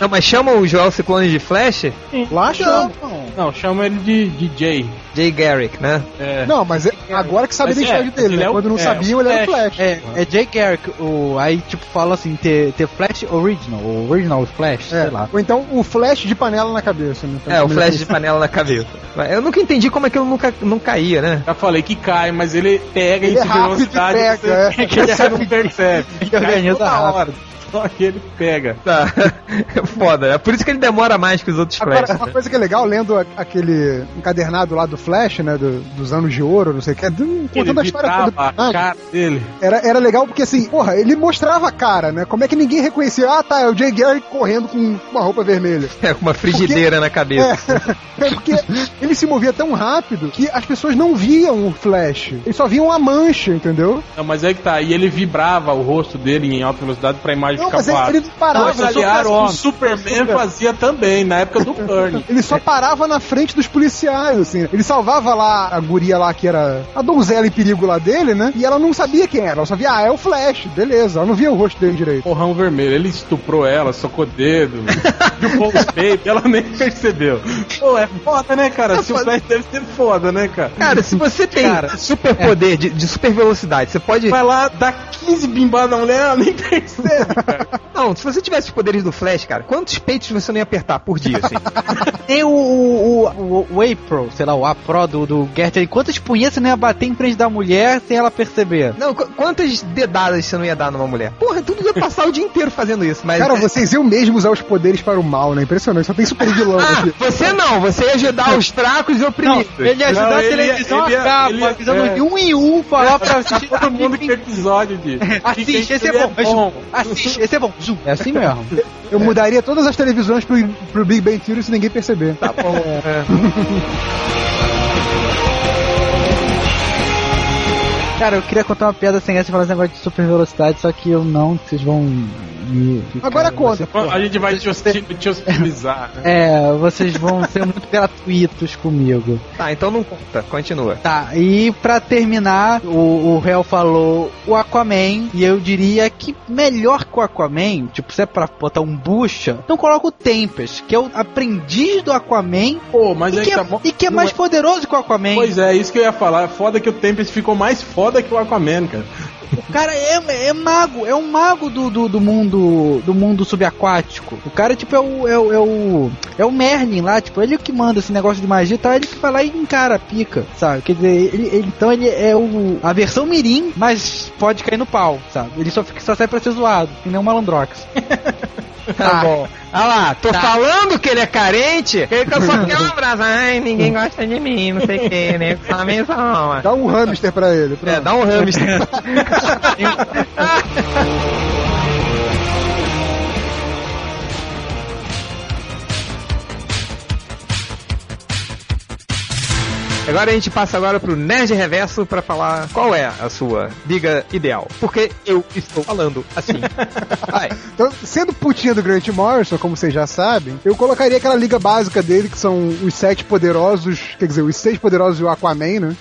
Speaker 1: Não, mas chamam o Joel Ciclone de Flash?
Speaker 2: Flash?
Speaker 4: Não,
Speaker 2: Não,
Speaker 4: não.
Speaker 3: Não, chama ele de DJ.
Speaker 1: Jay Garrick, né?
Speaker 3: É.
Speaker 2: não mas é- agora que sabe a
Speaker 3: Mas é,
Speaker 2: identidade
Speaker 3: mas
Speaker 2: dele,
Speaker 3: ele
Speaker 2: né?
Speaker 3: é o-
Speaker 2: Quando não
Speaker 3: é,
Speaker 2: sabiam,
Speaker 3: o
Speaker 2: ele era Flash.
Speaker 4: É, é Jay Garrick. O, aí, tipo, fala assim, ter, ter Flash Original. O Original Flash,
Speaker 2: É,
Speaker 4: sei lá.
Speaker 2: Ou então o Flash de panela na cabeça, né?
Speaker 1: É, o Flash de panela na cabeça. Mas Eu nunca entendi como aquilo nunca, não caía, né?
Speaker 3: Já falei que cai, mas ele pega
Speaker 2: Ele
Speaker 3: em
Speaker 2: é rápido e
Speaker 3: velocidade
Speaker 2: pega,
Speaker 3: você-
Speaker 2: é.
Speaker 3: que ele não percebe.
Speaker 4: Ele organiza
Speaker 3: Cai toda
Speaker 4: rápido.
Speaker 3: hora. Só que ele pega.
Speaker 2: Então,
Speaker 1: Tá. É foda. É por isso que ele demora mais que os outros
Speaker 2: Agora,
Speaker 1: Flash.
Speaker 2: uma coisa que é legal, lendo a- aquele encadernado lá do Flash, né? do- dos anos de ouro, não sei o que, é, do-
Speaker 3: Ele
Speaker 2: contando a história toda do
Speaker 3: virava a
Speaker 2: personagem,
Speaker 3: cara dele.
Speaker 2: era, era legal porque assim, porra, ele mostrava a cara, né? Como é que ninguém reconhecia? Ah, tá, é o Jay Garrick correndo com uma roupa vermelha.
Speaker 1: É, com uma frigideira na cabeça.
Speaker 2: É, é porque ele se movia tão rápido que as pessoas não viam o Flash. Eles só viam a mancha, entendeu?
Speaker 3: Não, mas é que tá. E ele vibrava o rosto dele em alta velocidade pra imagem
Speaker 2: Não,
Speaker 3: ficar
Speaker 2: mas é ele,
Speaker 3: clara.
Speaker 2: ele não parava.
Speaker 3: Mas,
Speaker 2: ele só
Speaker 3: aliás,
Speaker 2: parava-
Speaker 3: o Superman fazia também, na época do Burn.
Speaker 2: Ele só parava na frente dos policiais, assim. Ele salvava lá a guria lá que era a donzela em perigo lá dele, né? E ela não sabia quem era. Ela só via, ah, é o Flash, beleza. Ela não via o rosto dele direito.
Speaker 3: Porrão vermelho, ele estuprou ela, socou o dedo, chupou o peito, ela nem percebeu. Pô, é foda, né, cara? Se o Flash deve ser foda, né, cara?
Speaker 1: Cara, se você tem
Speaker 4: Cara,
Speaker 1: super poder de, de super velocidade, você pode.
Speaker 3: Vai lá, dá 15 bimbadas na mulher, ela nem percebe.
Speaker 1: Não, se você tivesse os poderes do Flash, cara, quantos peitos você não ia apertar por dia, assim?
Speaker 4: Tem o, o, o, o April, sei lá, o Apro do, do Gert. ali. Quantas punhetas você não ia bater em frente da mulher sem ela perceber?
Speaker 1: não, qu- quantas dedadas você não ia dar numa mulher? Porra, tudo ia passar o dia inteiro fazendo isso, mas. é-
Speaker 2: Cara, vocês iam mesmo usar os poderes para o mal, né? Impressionante, só tem super vilão
Speaker 1: Ah!
Speaker 2: aqui.
Speaker 1: Você não, você ia ajudar os fracos e
Speaker 4: Não,
Speaker 1: oprimidos.
Speaker 4: ele ia ajudar
Speaker 3: Não,
Speaker 4: a
Speaker 3: ele ia-
Speaker 4: televisão
Speaker 3: ele ia-
Speaker 4: a capa,
Speaker 3: ele ia-
Speaker 4: avisando
Speaker 3: é.
Speaker 4: de um em um, falar pra assistir
Speaker 3: Todo mundo que episódio de.
Speaker 4: Assiste, esse é bom. Assiste, esse é bom. Zum, É assim mesmo.
Speaker 2: Eu mudaria todas as televisões pro, pro Big Bang Theory se ninguém perceber. Tá bom.
Speaker 4: Cara, eu queria contar uma piada sem essa e falar esse negócio de super velocidade, só que eu não, vocês vão me.
Speaker 2: Agora conta.
Speaker 3: A gente vai te, hosti te hostilizar, né?
Speaker 4: É, vocês vão ser muito gratuitos comigo.
Speaker 1: Tá, então não conta, continua.
Speaker 4: Tá, e pra terminar, o, o réu falou o Aquaman, e eu diria que melhor que o Aquaman, tipo, se é pra botar um bucha, então coloca o Tempest, que é o aprendiz do Aquaman
Speaker 3: Pô, mas
Speaker 4: e
Speaker 3: aí
Speaker 4: que, é,
Speaker 3: tá bom.
Speaker 4: e que é
Speaker 3: Não
Speaker 4: mais poderoso que o Aquaman.
Speaker 3: Pois é, isso que eu ia falar. Foda que o Tempest ficou mais foda que o Aquaman, cara.
Speaker 4: O cara é, é mago, é um mago do, do, do mundo do mundo subaquático. O cara, tipo, é o, é o. é o. é o Merlin lá, tipo, ele que manda esse negócio de magia e tal, ele que vai lá e encara a pica, sabe? Quer dizer, ele, ele- então ele é o. a versão Mirim, mas pode cair no pau, sabe? Ele só, fica, só sai pra ser zoado, que nem um malandrox.
Speaker 1: Tá bom. Olha lá, tô falando que ele é carente, ele só quer um abraço. Ai, ninguém gosta de mim, não sei o que, né? Só me zoa.
Speaker 2: Dá um hamster pra ele.
Speaker 1: É, dá um hamster. Agora a gente passa agora pro Nerd Reverso pra falar qual é a sua liga ideal. Porque eu estou falando assim. Vai.
Speaker 2: Então, sendo putinha do Grant Morrison, como vocês já sabem, eu colocaria aquela liga básica dele, que são os sete poderosos, quer dizer, os seis poderosos e o Aquaman, né?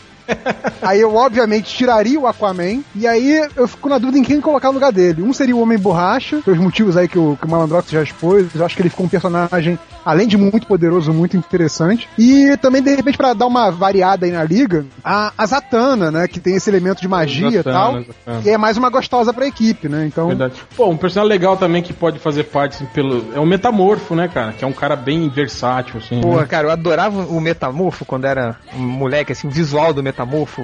Speaker 2: Aí eu, obviamente, tiraria o Aquaman. E aí eu fico na dúvida em quem colocar no lugar dele. Um seria o Homem Borracha, pelos motivos aí que o, que o Malandrox já expôs. Eu acho que ele ficou um personagem, além de muito poderoso, muito interessante. E também, de repente, pra dar uma variada aí na liga, a, a Zatanna, né? Que tem esse elemento de magia e tal.
Speaker 3: Zatanna, Zatanna.
Speaker 2: E é mais uma gostosa pra equipe, né?
Speaker 4: é
Speaker 2: Então.
Speaker 3: Verdade. Pô, um personagem legal também que pode fazer parte assim, pelo. É o Metamorfo, né, cara? Que é um cara bem versátil, assim. né?
Speaker 1: Porra, cara, eu adorava o Metamorfo quando era um moleque, assim, o visual do Metamorfo,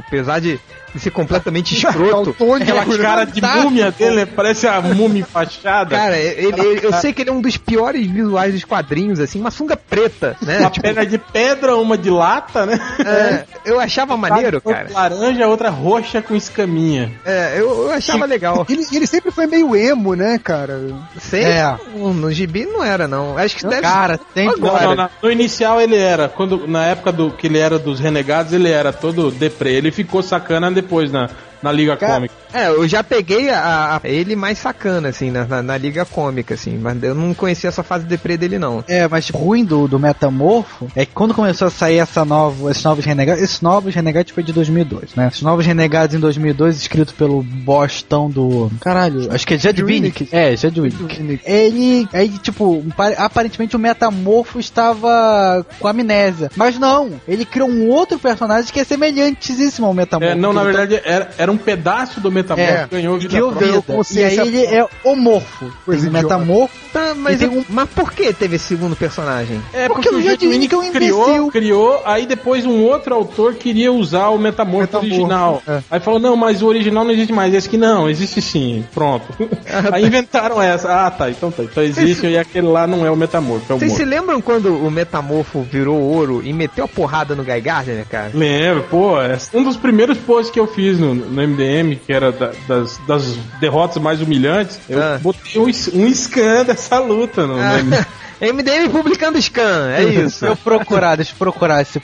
Speaker 1: apesar de, de ser completamente escroto.
Speaker 2: Daltônico,
Speaker 3: Aquela
Speaker 2: né?
Speaker 3: cara de
Speaker 4: Fantástico.
Speaker 3: múmia dele, né? parece a múmia fachada.
Speaker 1: Cara, ele, ele- eu sei que ele é um dos piores visuais dos quadrinhos, assim, uma sunga preta, né?
Speaker 3: uma
Speaker 1: Tipo,
Speaker 3: perna de pedra, uma de lata, né?
Speaker 1: é, eu achava maneiro,
Speaker 3: Outra
Speaker 1: cara.
Speaker 3: Laranja, outra roxa com escaminha.
Speaker 1: É, eu, eu achava legal.
Speaker 2: Ele, ele sempre foi meio emo, né, cara?
Speaker 1: Sei,
Speaker 4: É.
Speaker 1: no, no gibi não era, não. Acho que deve
Speaker 4: Cara, tem
Speaker 3: Não,
Speaker 1: agora.
Speaker 3: não, na- no inicial ele era, quando na época do que ele era dos renegados, ele era todo deprê. Ele ficou sacana depois na, na Liga
Speaker 2: Cara,
Speaker 3: Cômica.
Speaker 1: É, eu já peguei a, a- ele mais sacana, assim, na, na, na liga cômica, assim, mas eu não conhecia essa fase deprê dele, não.
Speaker 4: É, mas o ruim do, do Metamorfo é que quando começou a sair essa nova, esses novos renegados, esses novos renegados foi de 2002, né? Esses novos renegados em 2002, escrito pelo Bostão do. Caralho, acho que é Jed Winnick. É, Jed Winnick. Ele. Aí, tipo, pa- aparentemente o Metamorfo estava com amnésia. Mas não, ele criou um outro personagem que é semelhantíssimo ao Metamorfo.
Speaker 3: É, não, na
Speaker 4: Então,
Speaker 3: verdade era, era um pedaço do Metamorfo
Speaker 4: É,
Speaker 3: que ganhou vida.
Speaker 4: Criou
Speaker 3: própria.
Speaker 4: vida. E aí
Speaker 2: consciência-
Speaker 4: ele é homorfo.
Speaker 2: Coisa
Speaker 4: Tem o
Speaker 2: idiota.
Speaker 4: Metamorfo.
Speaker 1: Tá, mas,
Speaker 4: E tem
Speaker 1: eu- mas por que teve esse segundo personagem?
Speaker 3: É
Speaker 4: Porque o Jed Winnick é um
Speaker 3: criou,
Speaker 4: imbecil.
Speaker 3: criou, aí depois um outro autor queria usar o Metamorfo,
Speaker 2: Metamorfo,
Speaker 3: original.
Speaker 2: é.
Speaker 3: Aí falou, não, mas o original não existe mais. Esse que não, existe sim. Pronto.
Speaker 4: É, tá.
Speaker 3: aí inventaram essa. Ah, tá, então tá. Então existe e aquele lá não é o Metamorfo, é o
Speaker 1: Vocês se
Speaker 3: morto.
Speaker 1: lembram quando o Metamorfo virou ouro e meteu a porrada no Guy Gardner, cara?
Speaker 3: Lembro, pô, é um dos primeiros posts que eu fiz no, no MDM, que era da- das, das derrotas mais humilhantes, eu
Speaker 1: Ah.
Speaker 3: botei um, es- um scan dessa luta no, no
Speaker 4: Ah.
Speaker 3: MDM.
Speaker 1: MDM publicando scan, é isso.
Speaker 4: Eu procurar, deixa eu procurar esse.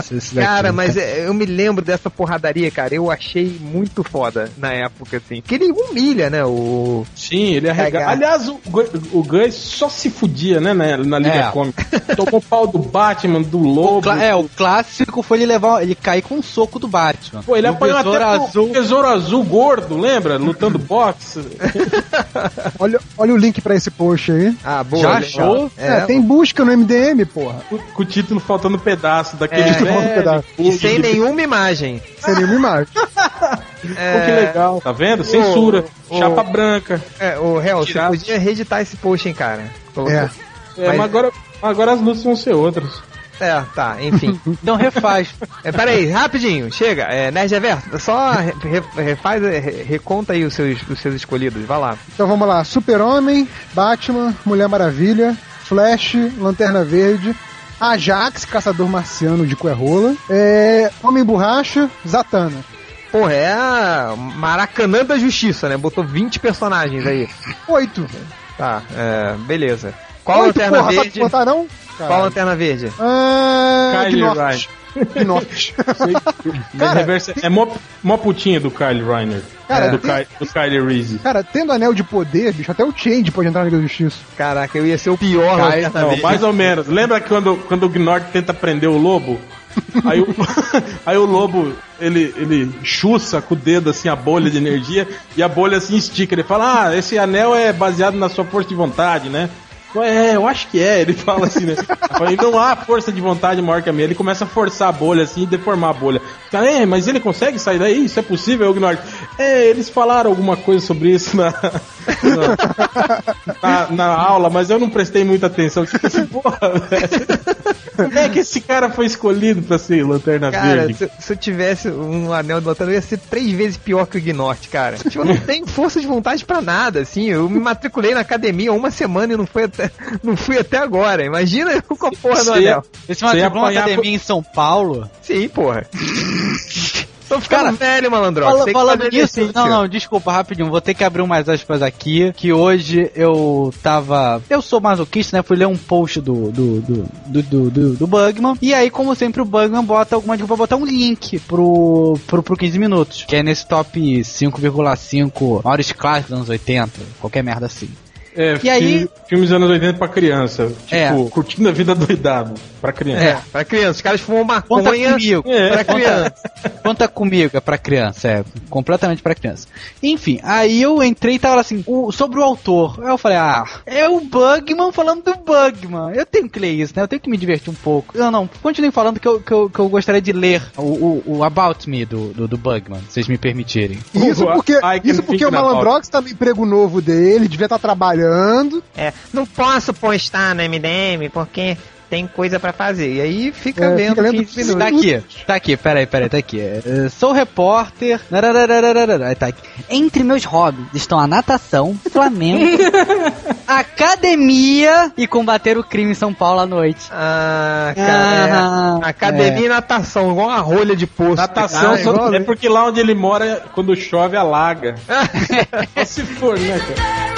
Speaker 4: esse, esse daqui.
Speaker 1: Cara, mas é, eu me lembro dessa porradaria, cara. Eu achei muito foda na época, assim. Que ele humilha, né? O.
Speaker 3: Sim, ele arrega.
Speaker 1: Cagado.
Speaker 3: Aliás, o, Gu- o Gus só se fudia, né, na, na Liga
Speaker 4: É.
Speaker 3: Cômica. Tomou pau do Batman, do
Speaker 4: O
Speaker 3: Lobo.
Speaker 4: cla- é, o clássico foi ele levar. Ele cair com um soco do Batman.
Speaker 3: Pô, ele
Speaker 4: E o
Speaker 3: apanhou até
Speaker 4: Besouro
Speaker 3: azul.
Speaker 4: azul.
Speaker 3: Tesouro Azul gordo, lembra? Lutando boxe.
Speaker 2: Olha, olha o link pra esse post aí.
Speaker 1: Ah, boa.
Speaker 4: Já
Speaker 1: legal.
Speaker 4: achou?
Speaker 1: É,
Speaker 2: É, tem busca no MDM, porra.
Speaker 3: com- Com o título faltando pedaço daquele
Speaker 1: É,
Speaker 3: velho
Speaker 2: faltando pedaço.
Speaker 1: E
Speaker 3: bug
Speaker 1: sem
Speaker 3: de-
Speaker 1: nenhuma imagem.
Speaker 2: Seria uma imagem.
Speaker 1: É,
Speaker 3: Pô, que legal. Tá vendo? Censura. Chapa branca.
Speaker 1: É, o Hel, você
Speaker 3: Tirado.
Speaker 1: podia reeditar esse post, hein, cara? Colocou-
Speaker 2: É.
Speaker 3: É, mas
Speaker 1: Mas-
Speaker 3: agora, agora as lutas vão ser outras.
Speaker 1: É, tá, enfim.
Speaker 4: Então refaz.
Speaker 1: É, peraí, rapidinho, chega. É, Nerd Everto, só re- re- refaz, é, re- reconta aí os seus, os seus escolhidos, vai lá.
Speaker 2: Então vamos lá. Super-Homem, Batman, Mulher Maravilha, Flash, Lanterna Verde, Ajax, Caçador Marciano de Coerrola, é, Homem Borracha, Zatanna.
Speaker 1: Porra, é a Maracanã da Justiça, né? Botou 20 personagens aí.
Speaker 2: Oito.
Speaker 1: Tá, é, beleza. Qual a
Speaker 2: Oito,
Speaker 1: lanterna
Speaker 2: porra, sabe
Speaker 1: verde?
Speaker 2: contar não?
Speaker 1: Qual a lanterna verde?
Speaker 2: Ah,
Speaker 3: Kylie
Speaker 2: Gnorte. Gnorte. Cara,
Speaker 3: Cara, é mó, mó putinha do Kyle Reiner.
Speaker 2: Cara,
Speaker 3: É, do,
Speaker 2: tem-
Speaker 3: Ky, do Kyle Reese.
Speaker 2: Cara, tendo anel de poder, bicho, até o Change pode entrar na Liga da Justiça.
Speaker 1: Caraca, eu ia ser o pior
Speaker 4: Cai,
Speaker 1: lanterna
Speaker 3: Não,
Speaker 1: verde.
Speaker 3: mais ou menos. Lembra quando, quando o Gnort tenta prender o lobo? Aí o, aí o lobo, ele, ele chuça com o dedo assim a bolha de energia e a bolha assim estica. Ele fala: Ah, esse anel é baseado na sua força de vontade, né? Ué, é, eu acho que é, ele fala assim, né? Eu Falei, não há força de vontade maior que a minha. Ele começa a forçar a bolha assim e deformar a bolha. Tá, é, mas ele consegue sair daí? Isso é possível, Gnort? É, eles falaram alguma coisa sobre isso na, na, na, na aula, mas eu não prestei muita atenção. Tipo assim, porra, velho. Como é que esse cara foi escolhido pra ser lanterna
Speaker 1: Cara,
Speaker 3: verde?
Speaker 1: se, se eu tivesse um anel do Lanterna, eu ia ser três vezes pior que o Gnorte, cara. Tipo, eu não tenho força de vontade pra nada, assim. Eu me matriculei na academia há uma semana e não fui até, não fui até agora. Imagina eu com a porra do
Speaker 3: Você-
Speaker 1: anel.
Speaker 4: Esse
Speaker 3: Você ia
Speaker 4: matriculou na
Speaker 3: apanhar
Speaker 4: academia em São Paulo.
Speaker 1: Sim, porra. Tô ficando
Speaker 4: Cara,
Speaker 1: velho, malandro.
Speaker 4: Fala- falando nisso, não, não, desculpa, rapidinho, vou ter que abrir umas aspas aqui, que hoje eu tava. Eu sou masoquista, né? Fui ler um post do do, do, do, do, do- do Bugman. E aí, como sempre, o Bugman bota alguma dica pra botar um link pro, pro, pro 15 minutos. Que é nesse top 5,5 maiores clássicos dos anos 80, qualquer merda assim.
Speaker 3: É,
Speaker 4: E aí-
Speaker 3: fi- Filmes dos anos 80 pra criança. Tipo,
Speaker 4: É.
Speaker 3: curtindo a vida doidado pra criança.
Speaker 1: É, pra criança, os caras fumam
Speaker 4: Conta
Speaker 1: maconha
Speaker 4: comigo.
Speaker 3: É.
Speaker 1: pra criança.
Speaker 4: Conta comigo, é pra criança, é completamente pra criança. Enfim, aí eu entrei e tava assim, o- sobre o autor. Aí eu falei, ah, é o Bugman falando do Bugman. Eu tenho que ler isso, né? Eu tenho que me divertir um pouco. Não, não, continuem falando que eu, que eu, que eu gostaria de ler o, o, o About Me do, do, do Bugman, se vocês me permitirem.
Speaker 2: E Isso
Speaker 3: Uhum.
Speaker 2: porque,
Speaker 3: Ai, que
Speaker 2: isso porque
Speaker 3: fique
Speaker 2: o
Speaker 3: na
Speaker 2: Malandrox tá no emprego novo dele, devia estar trabalhando.
Speaker 1: É, não posso postar no MDM porque tem coisa pra fazer. E aí fica
Speaker 2: É,
Speaker 1: vendo
Speaker 2: fica lendo
Speaker 1: 15
Speaker 2: tudo.
Speaker 4: Tá
Speaker 1: minutos.
Speaker 4: aqui, tá aqui, peraí, peraí, tá aqui. Eh, sou repórter. narararararara, Tá aqui. Entre meus hobbies estão a natação, Flamengo, academia e combater o crime em São Paulo à noite.
Speaker 1: Ah,
Speaker 4: Ah,
Speaker 1: cara. é. Academia e natação, igual uma rolha de poço.
Speaker 3: Natação
Speaker 1: Ah,
Speaker 3: só-
Speaker 1: igual-
Speaker 3: é porque lá onde ele mora, quando chove, alaga. Só se for, né, cara?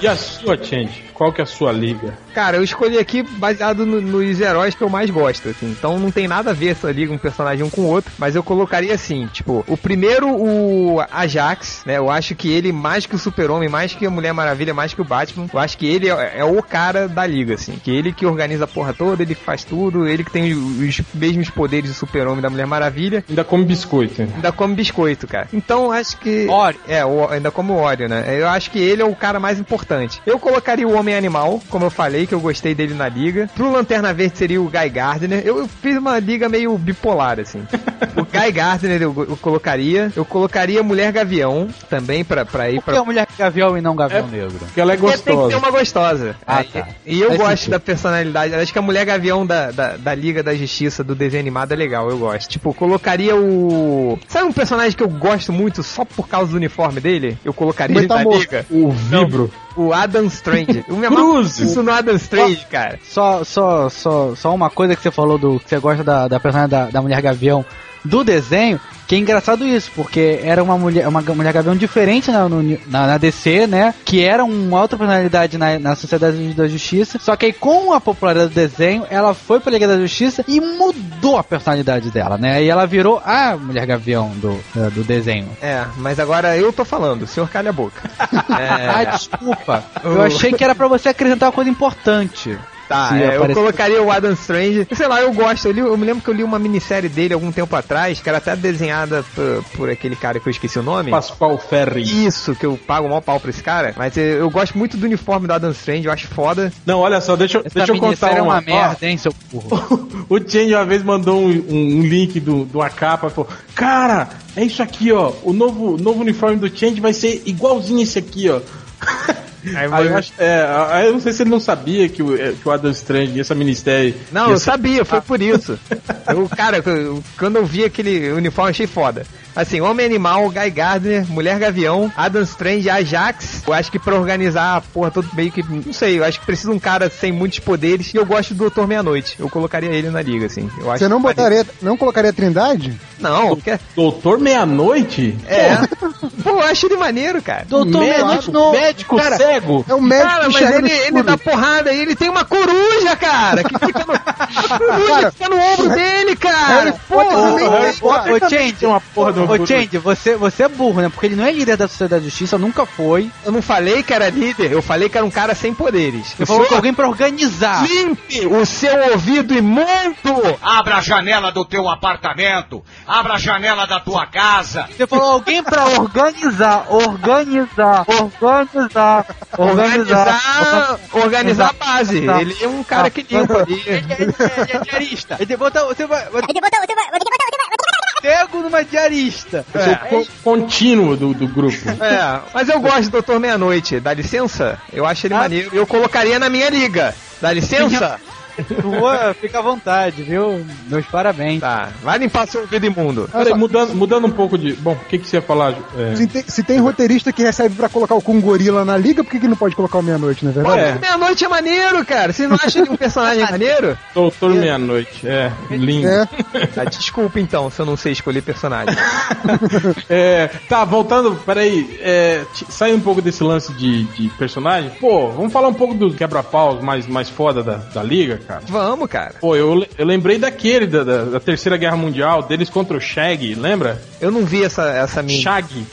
Speaker 3: E a sua, Change? Qual que é a sua liga?
Speaker 1: Cara, eu escolhi aqui baseado no- nos heróis que eu mais gosto, assim. Então não tem nada a ver essa liga, um personagem um com o outro. Mas eu colocaria assim, tipo, o primeiro, o Ajax, né? Eu acho que ele, mais que o Super-Homem, mais que a Mulher Maravilha, mais que o Batman, eu acho que ele é, é o cara da liga, assim. Que ele que organiza a porra toda, ele que faz tudo, ele que tem os, os mesmos poderes do Super-Homem e da Mulher Maravilha.
Speaker 3: Ainda come biscoito. hein?
Speaker 1: Ainda come biscoito, cara. Então acho que.
Speaker 4: Oreo.
Speaker 1: É, o- ainda como óleo, né? Eu acho que ele é o cara mais importante. Eu colocaria o Homem Animal, como eu falei, que eu gostei dele na liga. Pro Lanterna Verde seria o Guy Gardner. Eu eu fiz uma liga meio bipolar, assim. o Guy Gardner eu, eu colocaria. Eu colocaria Mulher Gavião também pra, pra ir
Speaker 4: Por que
Speaker 1: pra.
Speaker 4: a mulher gavião e não gavião negro?
Speaker 3: Porque ela é
Speaker 1: Porque Tem que ser
Speaker 3: gostosa.
Speaker 1: uma gostosa.
Speaker 4: Ah,
Speaker 1: Aí-
Speaker 4: tá.
Speaker 1: E eu
Speaker 4: Faz
Speaker 1: gosto
Speaker 4: sentido.
Speaker 1: da personalidade. Acho que a mulher gavião da, da, da Liga da Justiça, do desenho animado, é legal. Eu gosto. Tipo, colocaria o. Sabe um personagem que eu gosto muito só por causa do uniforme dele? Eu colocaria
Speaker 2: Mas
Speaker 1: ele
Speaker 2: tá
Speaker 1: da
Speaker 2: morto.
Speaker 1: Liga.
Speaker 3: O vibro.
Speaker 1: O Adam Strange. Eu me amarro
Speaker 3: Cruz!
Speaker 1: isso no Adam Strange, cara.
Speaker 4: Só, só, só, só uma coisa que você falou do que você gosta da, da personagem da, da mulher gavião do desenho, que é engraçado isso, porque era uma mulher, uma ga- mulher gavião diferente na, no- na, na DC, né? Que era uma outra personalidade na, na Sociedade da Justiça. Só que aí, com a popularidade do desenho, ela foi pra Liga da Justiça e mudou a personalidade dela, né? E ela virou a mulher gavião do, eh, do desenho.
Speaker 1: É, mas agora eu tô falando. O senhor calha a boca.
Speaker 3: É.
Speaker 4: Ah,
Speaker 1: É,
Speaker 4: desculpa. Eu achei que era pra você acrescentar uma coisa importante.
Speaker 1: Tá,
Speaker 4: Se
Speaker 1: é, eu
Speaker 4: aparecer-
Speaker 1: colocaria o Adam Strange. Sei lá, eu gosto. Eu, li- eu me lembro que eu li uma minissérie dele algum tempo atrás, que era até desenhada por, por aquele cara que eu esqueci o nome.
Speaker 3: Pascoal Ferri.
Speaker 1: Isso, que eu pago o maior pau pra esse cara. Mas eu, eu gosto muito do uniforme do Adam Strange, eu acho foda.
Speaker 3: Não, olha só, deixa, eu-
Speaker 4: Essa
Speaker 3: deixa eu contar
Speaker 4: minissérie
Speaker 3: uma.
Speaker 4: é uma
Speaker 3: Ó,
Speaker 4: merda, hein, seu burro.
Speaker 3: O Change uma vez mandou um, um- um link do- de uma capa e falou: Cara, é isso aqui, ó. O novo, novo uniforme do Change vai ser igualzinho esse aqui, ó.
Speaker 1: Aí
Speaker 3: Aí
Speaker 1: eu-
Speaker 3: eu, acho- é, aí eu não sei se ele não sabia que o, é, que o Adam Strange, essa ministério.
Speaker 1: Ah. Não, eu sabia, foi por isso. Eu, cara, eu- quando eu vi aquele uniforme, achei foda. Assim, Homem Animal, Guy Gardner, Mulher Gavião, Adam Strange, Ajax. Eu acho que pra organizar a porra todo meio que. Não sei, eu acho que precisa um cara sem muitos poderes. E eu gosto do Doutor Meia-Noite. Eu colocaria ele na liga, assim. Eu acho
Speaker 2: Você não
Speaker 1: que faria-
Speaker 2: botaria, não colocaria a Trindade?
Speaker 1: Não, porque.
Speaker 3: Doutor Meia-Noite?
Speaker 1: É. Pô, eu acho ele maneiro, cara.
Speaker 4: Doutor Meia-Noite no.
Speaker 3: Médico
Speaker 2: Cara,
Speaker 3: cego?
Speaker 2: É o médico
Speaker 1: Cara,
Speaker 2: que
Speaker 1: mas
Speaker 2: chega no
Speaker 1: ele, ele
Speaker 2: escuro.
Speaker 1: dá porrada e ele tem uma coruja, cara, que fica no, a coruja
Speaker 2: Cara,
Speaker 4: tá
Speaker 1: fica no ombro dele, cara.
Speaker 2: Harry Potter
Speaker 1: Porra,
Speaker 2: também
Speaker 1: eu
Speaker 2: é,
Speaker 1: acho-
Speaker 2: cara.
Speaker 4: Ô, Change,
Speaker 3: Tem uma porra do
Speaker 4: ô, Change, você, você é burro, né? Porque ele não é líder da Sociedade da Justiça, nunca foi.
Speaker 1: eu não falei que era líder, eu falei que era um cara sem poderes.
Speaker 4: Você
Speaker 1: O
Speaker 4: falou
Speaker 1: senhor
Speaker 4: com alguém pra organizar.
Speaker 1: Limpe o seu ouvido imundo!
Speaker 6: Abra a janela do teu apartamento, abra a janela da tua casa.
Speaker 4: Você falou alguém pra organizar, organizar, organizar, organizar.
Speaker 1: Organizar, organizar a base.
Speaker 4: Tá.
Speaker 1: Ele é um cara que limpa ali.
Speaker 4: Ele é- ele é ele é diarista. Ele bota, você vai, vai cego numa diarista.
Speaker 3: Eu sou con- contínuo do, do grupo.
Speaker 1: É, mas eu gosto do Doutor Meia-Noite. Dá licença? Eu acho ele
Speaker 4: Ah.
Speaker 1: maneiro. Eu colocaria na minha liga. Dá licença?
Speaker 4: Rua, fica à vontade, viu? Meus parabéns.
Speaker 1: Tá, vai limpar seu ouvido imundo.
Speaker 3: Peraí, mudando, mudando um pouco de. Bom, o que, que você ia falar? É...
Speaker 2: Se tem, se tem roteirista que recebe pra colocar o Kung Gorila na liga, por que, que não pode colocar o Meia-Noite, não é verdade?
Speaker 3: É.
Speaker 1: Meia-noite é maneiro, cara. Vocês não acham ele um personagem maneiro?
Speaker 3: Doutor Meia-Noite, é, lindo.
Speaker 2: É.
Speaker 1: Ah, desculpa então, se eu não sei escolher personagem.
Speaker 3: É, tá, voltando, peraí, é, t- saindo um pouco desse lance de, de personagem, pô, vamos falar um pouco do quebra-paus mais, mais foda da, da liga, cara.
Speaker 1: Vamos, cara.
Speaker 3: Pô, eu, le- eu lembrei daquele, da, da, da Terceira Guerra Mundial, deles contra o Shag, lembra?
Speaker 1: Eu não vi essa, essa minha.
Speaker 3: Shag.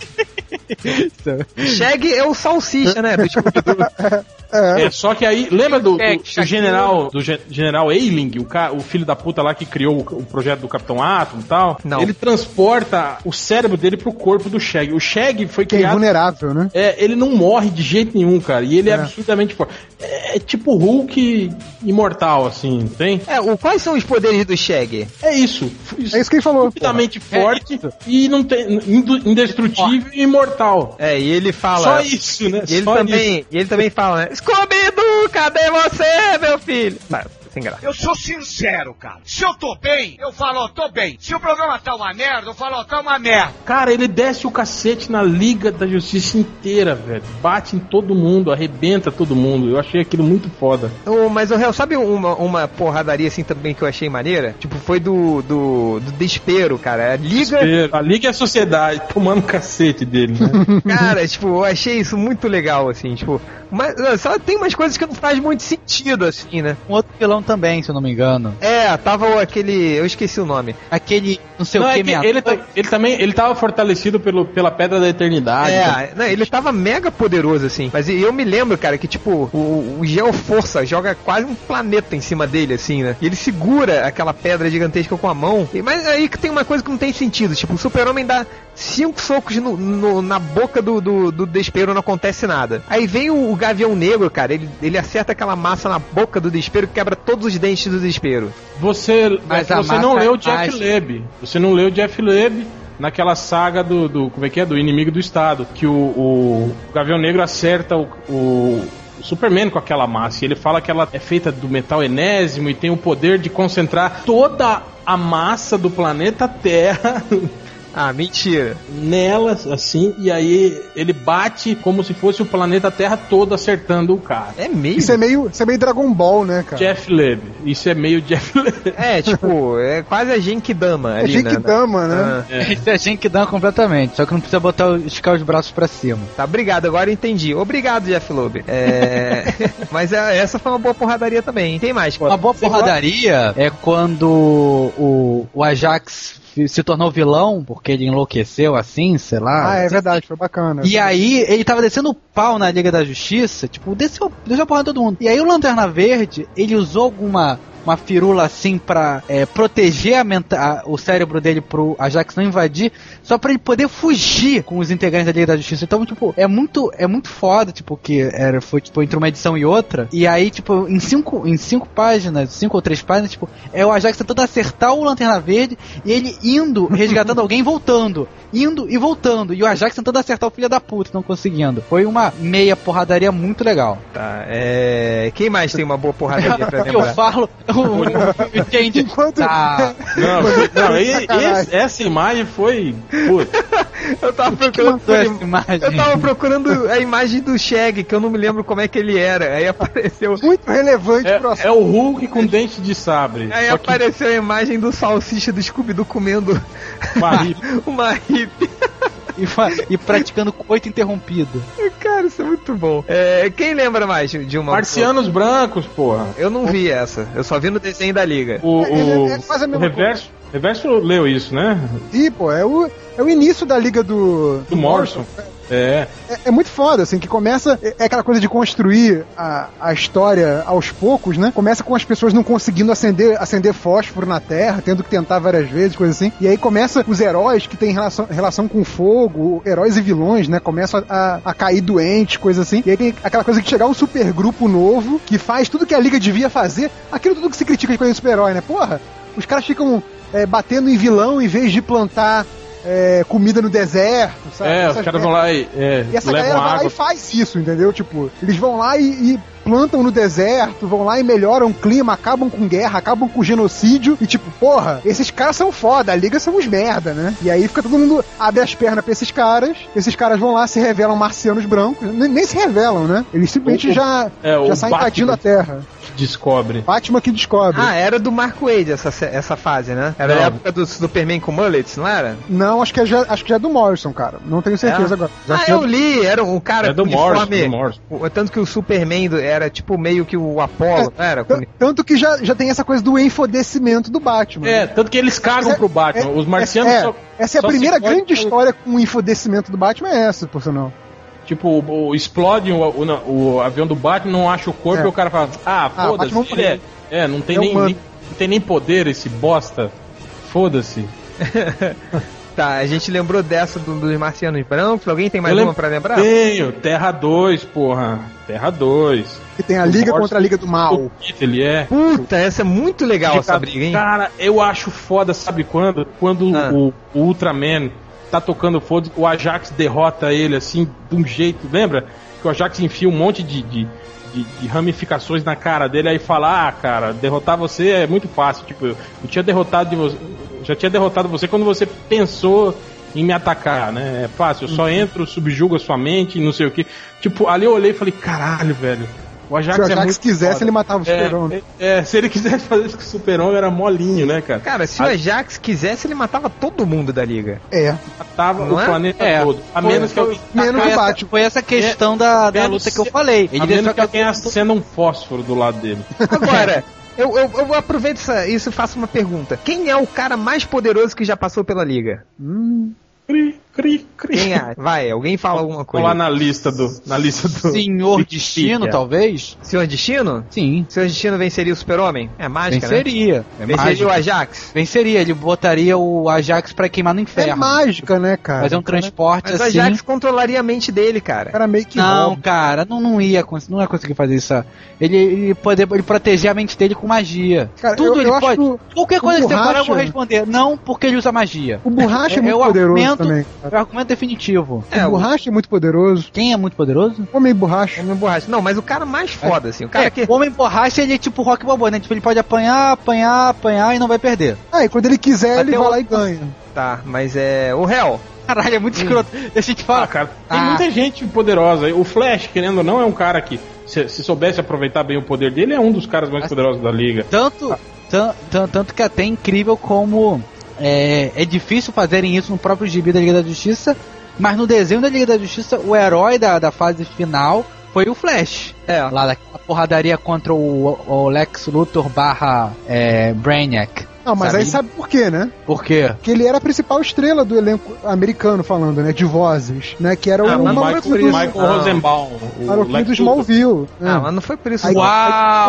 Speaker 1: Shag é o salsicha, né? Do Scooby-Doo.
Speaker 3: É, só que aí, lembra do, do-
Speaker 4: Shag,
Speaker 3: do
Speaker 4: Shag.
Speaker 3: general do gen- general Eiling, o, ca- o filho da puta lá que criou o, o projeto do Capitão Átomo e tal?
Speaker 1: Não.
Speaker 3: Ele transporta o cérebro dele pro corpo do Shag. O Shag foi
Speaker 2: Que é
Speaker 3: criado
Speaker 2: invulnerável, né?
Speaker 3: É, ele não morre de jeito nenhum, cara. E ele é, absurdamente forte. É, é tipo Hulk imortal, assim, tem?
Speaker 1: É, o, quais são os poderes do Shag?
Speaker 3: É isso.
Speaker 2: É isso que ele falou.
Speaker 3: Estupidamente forte e não tem indu- indestrutível e imortal.
Speaker 1: É, e ele fala.
Speaker 3: Só isso, né?
Speaker 1: E ele,
Speaker 3: Só isso.
Speaker 1: também, e ele também fala, né? Scooby-Doo, cadê você, meu filho? Tá, sem graça.
Speaker 6: Eu sou sincero, cara. Se eu tô bem, eu falo, ó, tô bem. Se o programa tá uma merda, eu falo, ó, tá uma merda.
Speaker 3: Cara, ele desce o cacete na Liga da Justiça inteira, velho. Bate em todo mundo, arrebenta todo mundo. Eu achei aquilo muito foda.
Speaker 1: Ô, mas, o real, sabe uma, uma porradaria assim também que eu achei maneira? Tipo, foi do, do, do desespero, cara. A liga
Speaker 3: A Liga é a sociedade, tomando o cacete dele, né?
Speaker 1: Cara, tipo, eu achei isso muito legal, assim, tipo. Mas ah, só tem umas coisas que não faz muito sentido, assim, né?
Speaker 4: Um outro vilão também, se eu não me engano.
Speaker 1: É, tava o- aquele. Eu esqueci o nome.
Speaker 4: Aquele, não sei
Speaker 3: Não,
Speaker 4: o
Speaker 3: é
Speaker 4: que, tá
Speaker 3: que
Speaker 4: meia
Speaker 3: ele, ta- ele também ele tava fortalecido pelo, pela Pedra da Eternidade. né?
Speaker 1: é, não, ele tava mega poderoso, assim. Mas e- eu me lembro, cara, que, tipo, o, o Geoforça joga quase um planeta em cima dele, assim, né? E ele segura aquela pedra gigantesca com a mão. E- mas aí que tem uma coisa que não tem sentido. Tipo, o super-homem dá cinco socos no- no- na boca do, do, do desespero, não acontece nada. Aí vem o, o Gavião Negro, cara, ele, ele acerta aquela massa na boca do desespero que quebra todos os dentes do desespero.
Speaker 3: Você,
Speaker 4: Mas a
Speaker 3: você não
Speaker 4: massa
Speaker 3: leu o Jeff
Speaker 4: age.
Speaker 3: Leb. Você não leu o Jeff Leb naquela saga do, do- Como é que é? Do inimigo do Estado. Que o, o Gavião Negro acerta o. o Superman com aquela massa, e ele fala que ela é feita do metal enésimo e tem o poder de concentrar toda a massa do planeta Terra
Speaker 1: Ah, mentira.
Speaker 3: nelas, assim, e aí ele bate como se fosse o planeta Terra todo acertando o cara.
Speaker 1: É mesmo?
Speaker 2: Isso é meio, isso é meio Dragon Ball, né, cara?
Speaker 3: Jeff Leb, isso é meio Jeff Leb.
Speaker 1: É, tipo, é quase a Genkidama
Speaker 2: É
Speaker 1: ali, né?
Speaker 2: Genkidama, né?
Speaker 1: Ah,
Speaker 4: Esse é gente que dá completamente, só que não precisa botar, o- esticar os braços pra cima.
Speaker 1: tá, obrigado, agora eu entendi. Obrigado, Jeff Loeb. É... Mas é, essa foi uma boa porradaria também. Tem mais?
Speaker 4: Uma boa porradaria é quando o, o Ajax fi- se tornou vilão, porque ele enlouqueceu assim, sei lá.
Speaker 2: Ah, é verdade, foi bacana.
Speaker 4: E aí, ele tava descendo o pau na Liga da Justiça, tipo, desceu, desceu a porrada em todo mundo. E aí o Lanterna Verde, ele usou alguma uma firula assim pra é, proteger a menta- a- o cérebro dele pro Ajax não invadir, só pra ele poder fugir com os integrantes da Liga da Justiça. Então, tipo, é muito é muito foda, tipo, que era, foi tipo entre uma edição e outra. E aí, tipo, em cinco, em cinco páginas, cinco ou três páginas, tipo, é o Ajax tentando acertar o Lanterna Verde e ele indo, resgatando alguém e voltando. Indo e voltando. E o Ajax tentando acertar o filho da puta, não conseguindo. Foi uma meia porradaria muito legal.
Speaker 1: Tá, é... Quem mais tem uma boa porradaria pra
Speaker 4: O que eu
Speaker 1: lembrar?
Speaker 4: falo, o- entende.
Speaker 2: Enquanto-
Speaker 4: Tá.
Speaker 3: Não,
Speaker 2: é
Speaker 3: não e- esse- essa imagem foi. Putz,
Speaker 1: Eu tava procurando.
Speaker 4: mandou essa imagem?
Speaker 1: Eu tava procurando a imagem do Shag, que eu não me lembro como é que ele era. Aí apareceu.
Speaker 2: Muito relevante pro
Speaker 3: é,
Speaker 2: assunto.
Speaker 3: é o Hulk com dente de sabre.
Speaker 1: Aí
Speaker 3: só que
Speaker 1: apareceu a imagem do salsicha do Scooby-Doo comendo
Speaker 3: uma ripa.
Speaker 1: uma hippie.
Speaker 4: E, fa- e praticando coito interrompido.
Speaker 1: Cara, isso é muito bom. É, quem lembra mais de uma.
Speaker 3: Marcianos brancos, porra.
Speaker 1: Eu não vi essa. Eu só vi no desenho da Liga.
Speaker 3: O, o,
Speaker 2: É, é, é quase a
Speaker 3: o
Speaker 2: mesma
Speaker 3: reverso, reverso leu isso, né?
Speaker 2: Ih, pô, é o, é o início da liga do.
Speaker 3: Do Morrison. É.
Speaker 2: É, é muito foda, assim, que começa. É é aquela coisa de construir a, a história aos poucos, né? Começa com as pessoas não conseguindo acender, acender fósforo na Terra, tendo que tentar várias vezes, coisa assim. E aí começa os heróis que têm relação, relação com fogo, heróis e vilões, né? Começam a, a, a cair doentes, coisa assim. E aí tem aquela coisa que chegar um supergrupo novo que faz tudo que a Liga devia fazer, aquilo tudo que se critica de coisa de super-herói, né? Porra, os caras ficam é, batendo em vilão em vez de plantar. é, comida no deserto, sabe?
Speaker 3: É, os
Speaker 2: Essas
Speaker 3: caras vão lá e é,
Speaker 2: e essa
Speaker 3: levam
Speaker 2: galera vai lá
Speaker 3: água.
Speaker 2: e faz isso, entendeu? Tipo, eles vão lá e, e plantam no deserto, vão lá e melhoram o clima, acabam com guerra, acabam com genocídio. E tipo, porra, esses caras são foda, a liga são uns merda, né? E aí fica todo mundo abre as pernas pra esses caras, esses caras vão lá, se revelam marcianos brancos. Nem, nem se revelam, né? Eles simplesmente
Speaker 3: O- o-
Speaker 2: já,
Speaker 3: é, o
Speaker 2: já saem
Speaker 3: Batman.
Speaker 2: invadindo a terra.
Speaker 3: Descobre.
Speaker 2: Batman que descobre.
Speaker 1: Ah, era do Mark Wade essa, se- essa fase, né? Era
Speaker 3: Não.
Speaker 1: a época do Superman com mullets, não era?
Speaker 2: Não, acho que, é já, acho que já é do Morrison, cara. Não tenho certeza
Speaker 1: É?
Speaker 2: agora. Já
Speaker 1: Ah,
Speaker 2: que
Speaker 1: eu li, era um cara
Speaker 3: É do
Speaker 1: com
Speaker 3: Morrison.
Speaker 1: uniforme-
Speaker 3: do Morrison.
Speaker 1: O- Tanto que o Superman do- era tipo meio que o Apollo, não era? Com-
Speaker 2: Tan- Tanto que já, já tem essa coisa do enfodecimento do Batman. né?
Speaker 3: É, tanto que eles cagam
Speaker 2: Mas é-
Speaker 3: pro Batman. Os marcianos
Speaker 2: é,
Speaker 3: só.
Speaker 2: Essa é a
Speaker 3: só
Speaker 2: primeira
Speaker 3: se pode-
Speaker 2: grande história com o infodecimento do Batman, é essa, por sinal.
Speaker 3: Tipo, o, o- explode o, o- não, o avião do Batman, não acha o corpo
Speaker 2: É.
Speaker 3: e o cara fala: Ah,
Speaker 2: Ah,
Speaker 3: foda-se.
Speaker 2: Batman
Speaker 3: ele é, é, não tem
Speaker 2: É
Speaker 3: nem,
Speaker 2: humano.
Speaker 3: nem- não tem nem poder esse bosta. Foda-se.
Speaker 1: Tá, a gente lembrou dessa do- dos marcianos brancos. Alguém tem mais
Speaker 3: Eu
Speaker 1: uma
Speaker 3: lem-
Speaker 1: pra lembrar?
Speaker 3: Tenho, Terra 2, porra. Terra 2.
Speaker 2: Que tem a
Speaker 3: O
Speaker 2: Liga
Speaker 3: Morrison-
Speaker 2: contra a Liga do Mal.
Speaker 3: O Peter, ele é.
Speaker 1: Puta, essa é muito legal essa
Speaker 3: Cara,
Speaker 1: briga, hein?
Speaker 3: Cara, eu acho foda, sabe quando? Quando
Speaker 1: Ah.
Speaker 3: o, o Ultraman tá tocando foda, o Ajax derrota ele assim, de um jeito, lembra? Que o Ajax enfia um monte de, de, de- de ramificações na cara dele, aí fala, ah, cara, derrotar você é muito fácil. Tipo, eu, eu tinha derrotado de você. Já tinha derrotado você quando você pensou em me atacar, né? É fácil, eu
Speaker 1: Uhum.
Speaker 3: só entro, subjugo a sua mente, não sei o que. Tipo, ali eu olhei e falei, caralho, velho. O Ajax,
Speaker 2: Se o
Speaker 3: é
Speaker 2: Ajax
Speaker 3: muito
Speaker 2: quisesse,
Speaker 3: foda."
Speaker 2: ele matava o
Speaker 3: É,
Speaker 2: Superman.
Speaker 3: é, é, se ele quisesse fazer isso com o Super-Homem era molinho, né, cara?
Speaker 1: Cara, se o Ajax quisesse, ele matava todo mundo da liga.
Speaker 2: É.
Speaker 3: Matava
Speaker 1: não
Speaker 3: o
Speaker 1: é?
Speaker 3: planeta
Speaker 4: É.
Speaker 3: todo. A
Speaker 4: Foi-
Speaker 3: menos que alguém,
Speaker 2: Menos
Speaker 4: foi
Speaker 2: o
Speaker 4: essa-
Speaker 2: Batman.
Speaker 4: Foi essa questão da, da
Speaker 3: menos
Speaker 4: luta que eu
Speaker 3: se-
Speaker 4: falei.
Speaker 3: a
Speaker 4: deixou
Speaker 3: menos que alguém acenda um fósforo do lado dele.
Speaker 1: Agora, eu, eu, eu aproveito essa- isso e faço uma pergunta. Quem é o cara mais poderoso que já passou pela liga?
Speaker 3: Cri, cri, cri.
Speaker 1: Quem é? Vai, alguém fala alguma
Speaker 3: Vou lá
Speaker 1: coisa.
Speaker 3: na lista do. Na lista do.
Speaker 4: Senhor Destino, talvez?
Speaker 1: Senhor Destino?
Speaker 4: Sim.
Speaker 1: Senhor Destino venceria o Super-Homem? É mágica,
Speaker 4: Venceria.
Speaker 1: né?
Speaker 4: É
Speaker 1: Venceria
Speaker 4: mágica.
Speaker 1: o Ajax?
Speaker 4: Venceria, ele botaria o Ajax pra queimar no
Speaker 2: É
Speaker 4: inferno.
Speaker 2: mágica, né, cara?
Speaker 4: Fazer um transporte
Speaker 1: Mas o
Speaker 4: assim.
Speaker 1: Ajax controlaria a mente dele,
Speaker 2: O
Speaker 1: cara.
Speaker 2: cara meio que
Speaker 4: não,
Speaker 2: rouba.
Speaker 4: cara, não, não, ia, cons- não ia conseguir fazer isso. Ele, ele, poder, ele protegia a mente dele com magia.
Speaker 2: Cara,
Speaker 4: Tudo
Speaker 2: eu-
Speaker 4: ele
Speaker 2: eu acho
Speaker 4: pode. Qualquer coisa que você
Speaker 2: borracha-
Speaker 4: falar, eu vou responder. Não, porque ele usa magia.
Speaker 2: O Borracha é,
Speaker 4: É- é
Speaker 2: muito
Speaker 4: o
Speaker 2: poderoso
Speaker 4: argumento-
Speaker 2: também.
Speaker 4: É
Speaker 2: Cara.
Speaker 4: o argumento definitivo.
Speaker 1: É,
Speaker 2: o
Speaker 1: o
Speaker 2: Borracha é muito poderoso.
Speaker 4: Quem é muito poderoso?
Speaker 2: Homem Borracha.
Speaker 1: Homem um borracha. Não, mas o cara mais foda, assim. O cara
Speaker 4: É,
Speaker 1: que.
Speaker 4: O homem borracha, ele é tipo rock balboa, né? Tipo, ele pode apanhar, apanhar, apanhar e não vai perder.
Speaker 2: Ah, e quando ele quiser, ele
Speaker 1: Até
Speaker 2: vai
Speaker 1: o-
Speaker 2: lá e ganha.
Speaker 1: Tá, mas é. O réu.
Speaker 4: Caralho, é muito escroto. Deixa eu te
Speaker 3: Ah,
Speaker 4: falar.
Speaker 3: cara, tem
Speaker 4: Ah.
Speaker 3: muita gente poderosa. O Flash, querendo ou não, é um cara que, se, se soubesse aproveitar bem o poder dele, é um dos caras mais poderosos da liga.
Speaker 4: Tanto, tan- tan- tanto que até é incrível como é, é difícil fazerem isso no próprio gibi da Liga da Justiça, mas no desenho da Liga da Justiça, o herói da, da fase final foi o Flash.
Speaker 1: É.
Speaker 4: Lá daquela porradaria contra o, o Lex Luthor barra é, Brainiac.
Speaker 2: Não, Ah, mas
Speaker 4: Sabe?
Speaker 2: aí sabe por quê, né?
Speaker 4: Por quê?
Speaker 2: Porque ele era a principal estrela do elenco americano falando, né? De vozes, né? Que era
Speaker 1: Ah,
Speaker 2: o
Speaker 1: mas
Speaker 2: maluco
Speaker 3: Michael,
Speaker 1: por isso.
Speaker 3: Michael
Speaker 1: Ah.
Speaker 3: Rosenbaum.
Speaker 2: era o filho
Speaker 3: Lex
Speaker 2: do
Speaker 3: Luthor.
Speaker 2: Smallville.
Speaker 4: É.
Speaker 2: né?
Speaker 1: Ah, mas não foi por isso.
Speaker 2: Aí-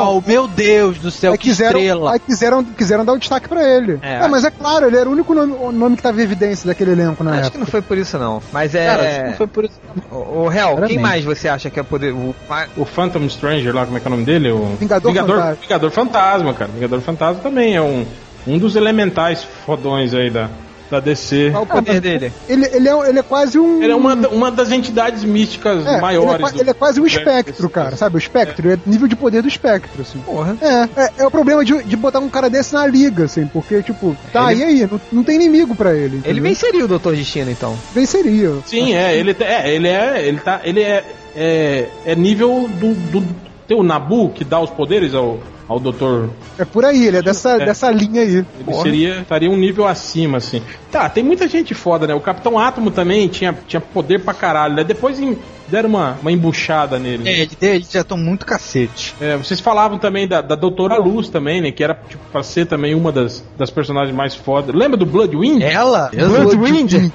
Speaker 4: Uau, meu Deus do céu,
Speaker 2: Aí
Speaker 4: é que
Speaker 2: quiseram,
Speaker 4: estrela! É.
Speaker 2: aí quiseram, quiseram dar o destaque pra ele.
Speaker 1: É.
Speaker 2: É, mas é claro, ele era o único nome, o nome que tava em evidência daquele elenco na
Speaker 1: Acho que
Speaker 2: época.
Speaker 1: não foi por isso, não. Mas é.
Speaker 4: Cara, acho que não foi por isso.
Speaker 1: O réu, quem
Speaker 4: Claramente.
Speaker 1: mais você acha que é poder. O...
Speaker 3: O Phantom Stranger lá, como é que é o nome dele? O
Speaker 2: Vingador Fantasma.
Speaker 3: Vingador Fantasma, cara. Vingador Fantasma também é um, um dos elementais fodões aí da, da DC.
Speaker 1: Qual o poder dele?
Speaker 2: Ele, ele, é, ele é quase um.
Speaker 3: Ele é uma, da- uma das entidades místicas
Speaker 2: É, ele é
Speaker 3: maiores.
Speaker 2: qua- ele é, quase um
Speaker 3: do-
Speaker 2: espectro, cara, sabe? O espectro, é nível de poder do espectro, assim.
Speaker 1: Porra.
Speaker 2: É, é, é o problema de, de botar um cara desse na liga, assim, porque, tipo, tá, e aí? Não, não tem inimigo pra ele.
Speaker 1: Ele
Speaker 2: entendeu?
Speaker 1: venceria o Doutor Destino, então.
Speaker 2: venceria.
Speaker 3: Sim, é, ele te- é, ele é, ele tá, ele é, é, é nível do, do tem o Nabu que dá os poderes ao ao Dr.
Speaker 2: É por aí, ele é dessa,
Speaker 3: É.
Speaker 2: dessa linha aí.
Speaker 3: Ele seria, estaria um nível acima, assim. Tá, tem muita gente foda, né? O Capitão Átomo também tinha, tinha poder pra caralho, né? Depois em- deram uma, uma embuchada nele.
Speaker 4: É, eles- eles já estão muito cacete.
Speaker 3: É, vocês falavam também da, da Doutora Luz também, né? Que era, tipo, pra ser também uma das, das personagens mais fodas. Lembra do
Speaker 1: É,
Speaker 3: Bloodwind?
Speaker 4: Ela?
Speaker 2: Bloodwind.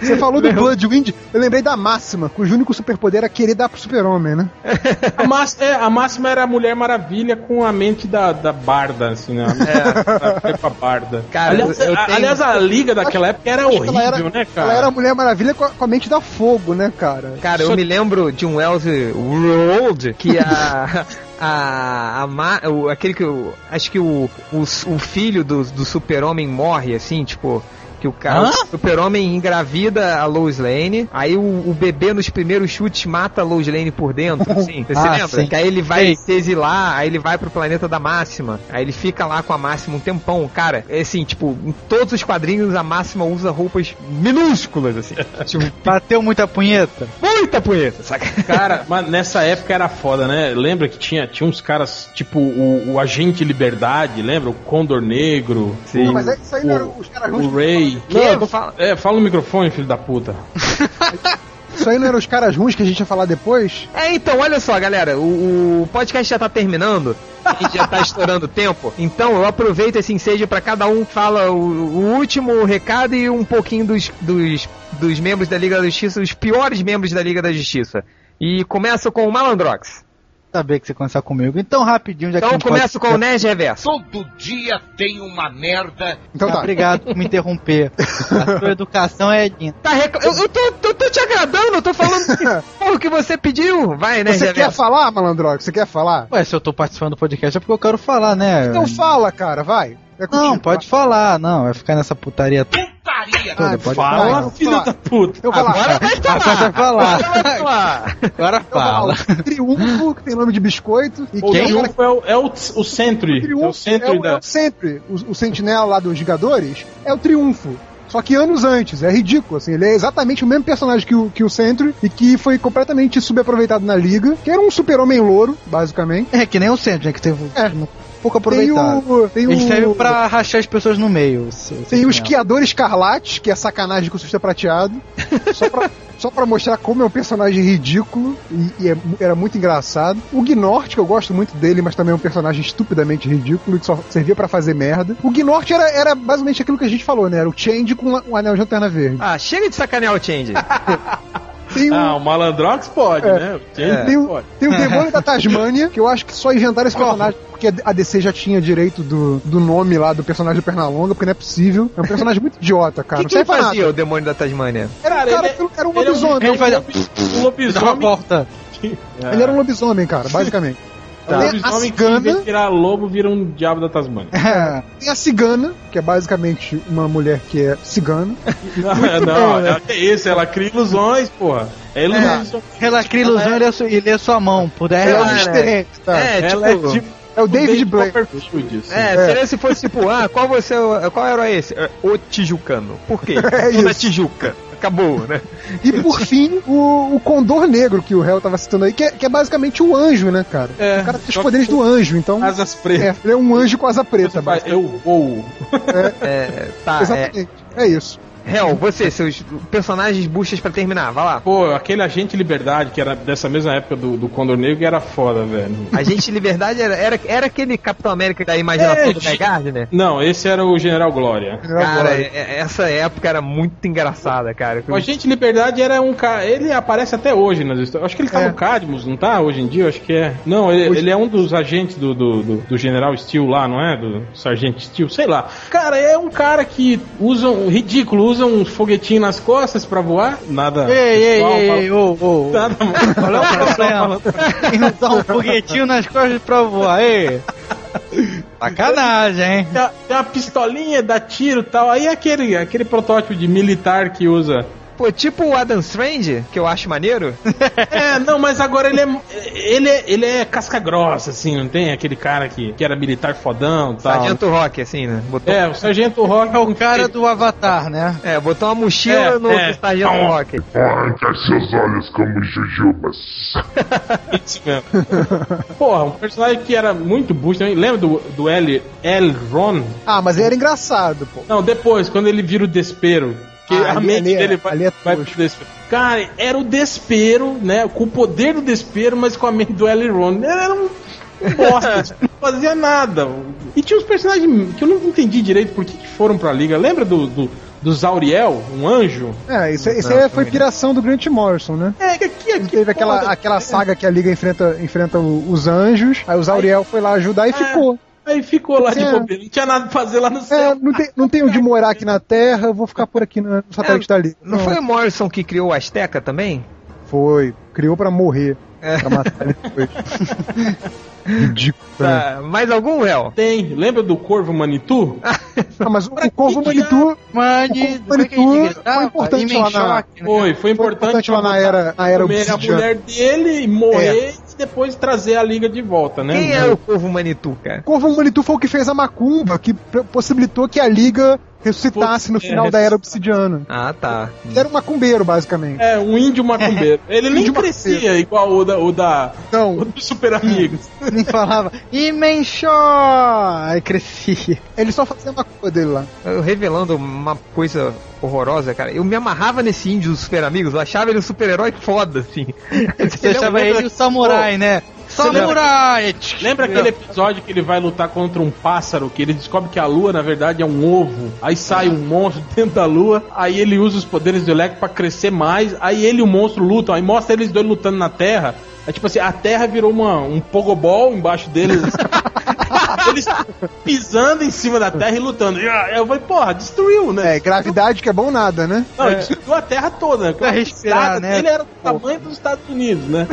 Speaker 2: Você falou do Bloodwind, eu lembrei da máxima, cujo único superpoder era querer dar pro super-homem, né?
Speaker 3: A, máxima, é, a máxima era a Mulher Maravilha com a mente da, da Barda, assim, né? A Peppa Barda.
Speaker 1: É. Cara,
Speaker 3: aliás,
Speaker 1: eu
Speaker 3: a,
Speaker 1: tenho-
Speaker 3: aliás, a Liga daquela época era
Speaker 2: Acho que
Speaker 3: horrível,
Speaker 2: ela era-
Speaker 3: né, cara?
Speaker 2: Ela era a Mulher Maravilha com a, com a mente da fogo, né, cara?
Speaker 1: Cara, eu
Speaker 3: Só-
Speaker 1: me lembro de um Wells World que a. a, a ma- o, aquele que. o- acho que o, o, s- o filho do, do super-homem morre, assim, tipo. Que o cara,
Speaker 4: Hã?
Speaker 1: o super-homem engravida a Lois Lane, aí o, o bebê nos primeiros chutes mata a Lois Lane por dentro, assim. Você
Speaker 4: Ah,
Speaker 1: lembra?
Speaker 4: sim.
Speaker 1: Que aí ele vai
Speaker 4: Sei.
Speaker 1: se exilar, aí ele vai pro planeta da Máxima, aí ele fica lá com a Máxima um tempão. Cara, é assim, tipo, em todos os quadrinhos a Máxima usa roupas minúsculas, assim. tipo,
Speaker 4: Bateu muita punheta?
Speaker 1: muita punheta, saca?
Speaker 3: Cara, mas nessa época era foda, né? Lembra que tinha, tinha uns caras, tipo o, o Agente Liberdade, lembra? O Condor Negro.
Speaker 2: Pô,
Speaker 3: o-
Speaker 2: mas é- isso aí não era- os caras
Speaker 3: O
Speaker 2: ruins que
Speaker 3: Ray.
Speaker 1: Que?
Speaker 3: Não, eu tô fal- É, fala no microfone, filho da puta.
Speaker 2: Isso aí não eram os caras ruins que a gente ia falar depois?
Speaker 1: É, então, olha só, galera, o, o podcast já tá terminando. A gente já tá estourando o tempo. Então, eu aproveito esse ensejo pra cada um fala o, o último recado e um pouquinho dos, dos, dos membros da Liga da Justiça, os piores membros da Liga da Justiça. E começo com o Malandrox.
Speaker 4: Saber que você começar comigo. Então, rapidinho, já que
Speaker 1: Então,
Speaker 4: não pode-
Speaker 1: começo com o Nerd Reverso.
Speaker 6: Todo dia tem uma merda.
Speaker 2: Então
Speaker 4: Ah,
Speaker 2: tá.
Speaker 4: Obrigado por me interromper. A sua educação é linda.
Speaker 1: Tá recla- eu, eu tô, eu tô te agradando, eu tô falando que, porra, o que você pediu. Vai, Nerd
Speaker 2: Você quer
Speaker 1: Reverso.
Speaker 2: falar, malandrox? Você quer falar?
Speaker 4: Ué, se eu tô participando do podcast é porque eu quero falar, né?
Speaker 2: Então fala, cara, vai. É
Speaker 4: Não,
Speaker 2: contigo,
Speaker 4: pode falar, não. Vai ficar nessa putaria
Speaker 2: vai.
Speaker 6: Putaria.
Speaker 4: toda. Pode
Speaker 2: Vai,
Speaker 4: falar.
Speaker 2: eu vou
Speaker 3: Filho
Speaker 2: Ah, falar.
Speaker 3: da puta.
Speaker 2: Eu vou lá.
Speaker 1: Agora vai
Speaker 4: Agora vai falar.
Speaker 1: falar. Então, Vai falar.
Speaker 4: Agora
Speaker 2: Eu vou lá.
Speaker 4: fala.
Speaker 2: O Triunfo, que tem nome de biscoito. E
Speaker 3: O
Speaker 2: que é o cara
Speaker 3: Triunfo é o, é o, o Sentry.
Speaker 2: Triunfo
Speaker 3: É o Sentry
Speaker 2: é o,
Speaker 3: da.
Speaker 2: é
Speaker 4: né?
Speaker 2: o sempre, o, o sentinela lá dos Vingadores, é o Triunfo. Só que anos antes, é ridículo, assim, ele é exatamente o mesmo personagem que o, que o Sentry e que foi completamente subaproveitado na liga, que era um super-homem louro, basicamente.
Speaker 4: É que nem o centro, né? Que teve
Speaker 2: É.
Speaker 4: pouco
Speaker 2: Tem
Speaker 4: aproveitado.
Speaker 2: o. Tem
Speaker 4: Ele serve
Speaker 2: o.
Speaker 4: pra rachar as pessoas no meio. se- se
Speaker 2: Tem o
Speaker 4: não.
Speaker 2: esquiador escarlate, que é sacanagem com o Susta Prateado. Só pra, só pra mostrar como é um personagem ridículo e, e é mu- era muito engraçado. O Gnort, que eu gosto muito dele, mas também é um personagem estupidamente ridículo, que só servia pra fazer merda. O Gnort era, era basicamente aquilo que a gente falou, né? Era o Change com la- o anel de lanterna verde.
Speaker 1: Ah, chega de sacanear o Change.
Speaker 2: Tem o,
Speaker 3: Ah, o Malandrox pode, né? O Change
Speaker 2: tem o,
Speaker 3: pode.
Speaker 2: tem o demônio da Tasmânia, que eu acho que só inventaram esse personagem porque a DC já tinha direito do, do nome lá do personagem do Pernalonga, porque não é possível. É um personagem muito idiota,
Speaker 1: O
Speaker 2: cara.
Speaker 1: que,
Speaker 2: não
Speaker 1: que ele
Speaker 2: serve pra nada.
Speaker 1: fazia, o demônio da Tasmânia?
Speaker 2: Era, um
Speaker 3: Cara,
Speaker 2: tipo assim? cara,
Speaker 3: ele
Speaker 2: que era um
Speaker 3: Ele é um-
Speaker 2: lobisomem.
Speaker 3: é um
Speaker 4: Ele faz-
Speaker 3: lobi- um
Speaker 4: Dá uma
Speaker 3: lobisomem.
Speaker 4: volta.
Speaker 3: É,
Speaker 2: Ele era um lobisomem, cara, basicamente.
Speaker 3: um
Speaker 2: Tá. Tem a
Speaker 3: lobisomem que em vez
Speaker 2: cigana,
Speaker 3: de virar lobo, vira um diabo da Tasmania.
Speaker 2: tem a cigana, que é basicamente uma mulher que é cigana.
Speaker 3: não, não, ela é isso, ela cria ilusões, porra. É ilusão.
Speaker 4: Ela cria ilusão ele é su- ele é sua mão. Puder,
Speaker 2: É,
Speaker 1: Ela
Speaker 2: o
Speaker 1: é,
Speaker 2: Mr. X, tá? É,
Speaker 1: É,
Speaker 3: ela
Speaker 1: tipo,
Speaker 3: é tipo
Speaker 2: o David Blaine.
Speaker 3: Copperfield. assim.
Speaker 1: É, seria se fosse tipo, ah, qual você, qual herói é esse? É, O Tijucano. Por quê?
Speaker 2: É
Speaker 1: Sou da
Speaker 2: isso.
Speaker 1: Tijuca. Acabou, né?
Speaker 2: E por fim, o, o Condor Negro, que o réu tava citando aí, que é, que é basicamente o anjo, né, cara?
Speaker 3: É,
Speaker 2: o cara tem os
Speaker 3: só
Speaker 2: poderes
Speaker 3: que-
Speaker 2: do anjo, então.
Speaker 3: Asas
Speaker 2: É,
Speaker 3: pretas.
Speaker 2: ele é um anjo com asa preta,
Speaker 3: Vai,
Speaker 2: basicamente.
Speaker 3: Eu vou.
Speaker 1: É, tá, é.
Speaker 2: Exatamente. É, isso.
Speaker 1: Hel, você, seus personagens buchas pra terminar, vai lá.
Speaker 3: Pô, aquele agente liberdade que era dessa mesma época do, do Condor Negro era foda, velho.
Speaker 1: A gente, liberdade, era, era, era aquele Capitão América da imaginação
Speaker 3: É,
Speaker 1: do
Speaker 3: gente.
Speaker 1: Megard, né?
Speaker 3: Não, esse era o General Glória.
Speaker 1: Cara, é- é- essa época era muito engraçada, cara.
Speaker 3: O Agente Liberdade era um cara. Ele aparece até hoje nas histórias. Acho que ele tá
Speaker 2: É.
Speaker 3: no Cadmus, não tá? Hoje em dia, eu acho que é. Não, ele, ele é um dos agentes do, do, do, do General Steel lá, não é? Do Sargento Steel, sei lá. Cara, é um cara que usa um. Ridículo, usa uns foguetinhos nas costas pra voar. Nada.
Speaker 4: Ei, ei,
Speaker 3: pessoal,
Speaker 4: ei,
Speaker 3: fala-
Speaker 4: ei, ô, ô.
Speaker 3: Nada,
Speaker 4: Qual é o problema? Em usar um foguetinho nas costas pra voar, ei. Sacanagem, hein?
Speaker 3: Tem a, tem a pistolinha, dá tiro e tal. Aí é aquele, aquele protótipo de militar que usa.
Speaker 1: Pô, tipo o Adam Strange, que eu acho maneiro.
Speaker 3: É, não, mas agora ele é. Ele é, ele é casca grossa, assim, não tem aquele cara que, que era militar fodão e tal.
Speaker 1: Sargento Rock, assim, né? Botou, é.
Speaker 3: É, o Sargento Rock é
Speaker 4: O cara do Avatar, né?
Speaker 1: botou uma mochila
Speaker 3: É,
Speaker 1: no
Speaker 3: é.
Speaker 1: Sargento
Speaker 3: Tom.
Speaker 1: Rock.
Speaker 8: Arrancar seus olhos como jujubas.
Speaker 3: Isso mesmo. Porra, um personagem que era muito busto. também. Lembra do, do L. L. Ron?
Speaker 2: Ah, mas era engraçado, pô.
Speaker 3: Não, depois, quando ele vira o despero. Que
Speaker 2: Ah,
Speaker 3: a
Speaker 2: ali-
Speaker 3: mente
Speaker 2: ali é-
Speaker 3: dele vai,
Speaker 2: ali é
Speaker 3: vai
Speaker 2: tosco.
Speaker 3: pro despero. Cara, era o despero, né? Com o poder do despero, mas com a mente do L. Ron. Ele Era um. Bosta, tipo, não fazia nada. E tinha uns personagens que eu não entendi direito por que, que foram pra liga. Lembra do, do, do Zauriel, um anjo?
Speaker 2: É, isso, isso aí foi piração do Grant Morrison, né?
Speaker 3: É, que aqui.
Speaker 2: Ele teve aquela, aquela saga que a Liga enfrenta, enfrenta o- os anjos, aí o Zauriel foi lá ajudar e ficou.
Speaker 3: Aí ficou lá de
Speaker 2: É.
Speaker 3: bobeira, não tinha nada pra fazer lá no
Speaker 2: É,
Speaker 3: céu.
Speaker 2: não tem, não tem onde morar aqui na Terra, eu vou ficar por aqui no satélite da Liga.
Speaker 1: Não foi o Morrison que criou o Azteca também?
Speaker 2: Foi, criou pra morrer. Pra matar ele depois. Ridículo. né?
Speaker 1: Tá, mais algum, Léo?
Speaker 3: Tem, lembra do Corvo Manitu?
Speaker 2: Ah, mas o, o Corvo
Speaker 3: que diabo?
Speaker 2: Manitu
Speaker 4: Mani,
Speaker 2: Como é que ele gritava?
Speaker 4: Foi
Speaker 2: Imem choque,
Speaker 3: Foi, foi
Speaker 2: foi
Speaker 3: importante,
Speaker 2: importante
Speaker 3: pra
Speaker 2: lá na
Speaker 3: botar-
Speaker 2: era, na era
Speaker 3: comer a
Speaker 2: obsidiana. É.
Speaker 3: mulher dele e morrer e depois trazer a liga de volta, né?
Speaker 1: Quem é o povo Manitu, cara?
Speaker 2: O Corvo Manitu foi o que fez a Macumba, que p- possibilitou que a Liga ressuscitasse no
Speaker 3: É,
Speaker 2: final da era
Speaker 3: ressuscitar.
Speaker 2: obsidiana.
Speaker 1: Ah, tá.
Speaker 2: Ele era um macumbeiro, basicamente.
Speaker 3: É, um índio macumbeiro. Ele nem
Speaker 2: Índio
Speaker 3: crescia
Speaker 2: macumbeiro.
Speaker 3: igual o da, o da o
Speaker 2: Então,
Speaker 3: do Super Amigos.
Speaker 2: nem falava, Imenxó! Aí crescia. Ele só fazia uma coisa dele lá.
Speaker 1: Eu revelando uma coisa horrorosa, cara. Eu me amarrava nesse índio dos Super Amigos, eu achava ele um super-herói foda, assim.
Speaker 2: é um
Speaker 4: Você chama ele o samurai, né? Samurai!
Speaker 3: Lembra aquele episódio que ele vai lutar contra um pássaro, que ele descobre que a lua, na verdade, é um ovo. Aí sai um monstro dentro da lua, aí ele usa os poderes do Electro pra crescer mais, aí ele e o monstro lutam, aí mostra eles dois lutando na terra. É tipo assim, a terra virou uma, um pogobol embaixo deles. eles pisando em cima da terra e lutando. Eu falei, porra, destruiu, né?
Speaker 2: É, gravidade que é bom nada, né?
Speaker 3: Não, destruiu a terra toda, né? Porque
Speaker 4: Pra
Speaker 3: a
Speaker 4: respirar,
Speaker 3: pisada
Speaker 4: né?
Speaker 3: dele era do tamanho dos Estados Unidos, né?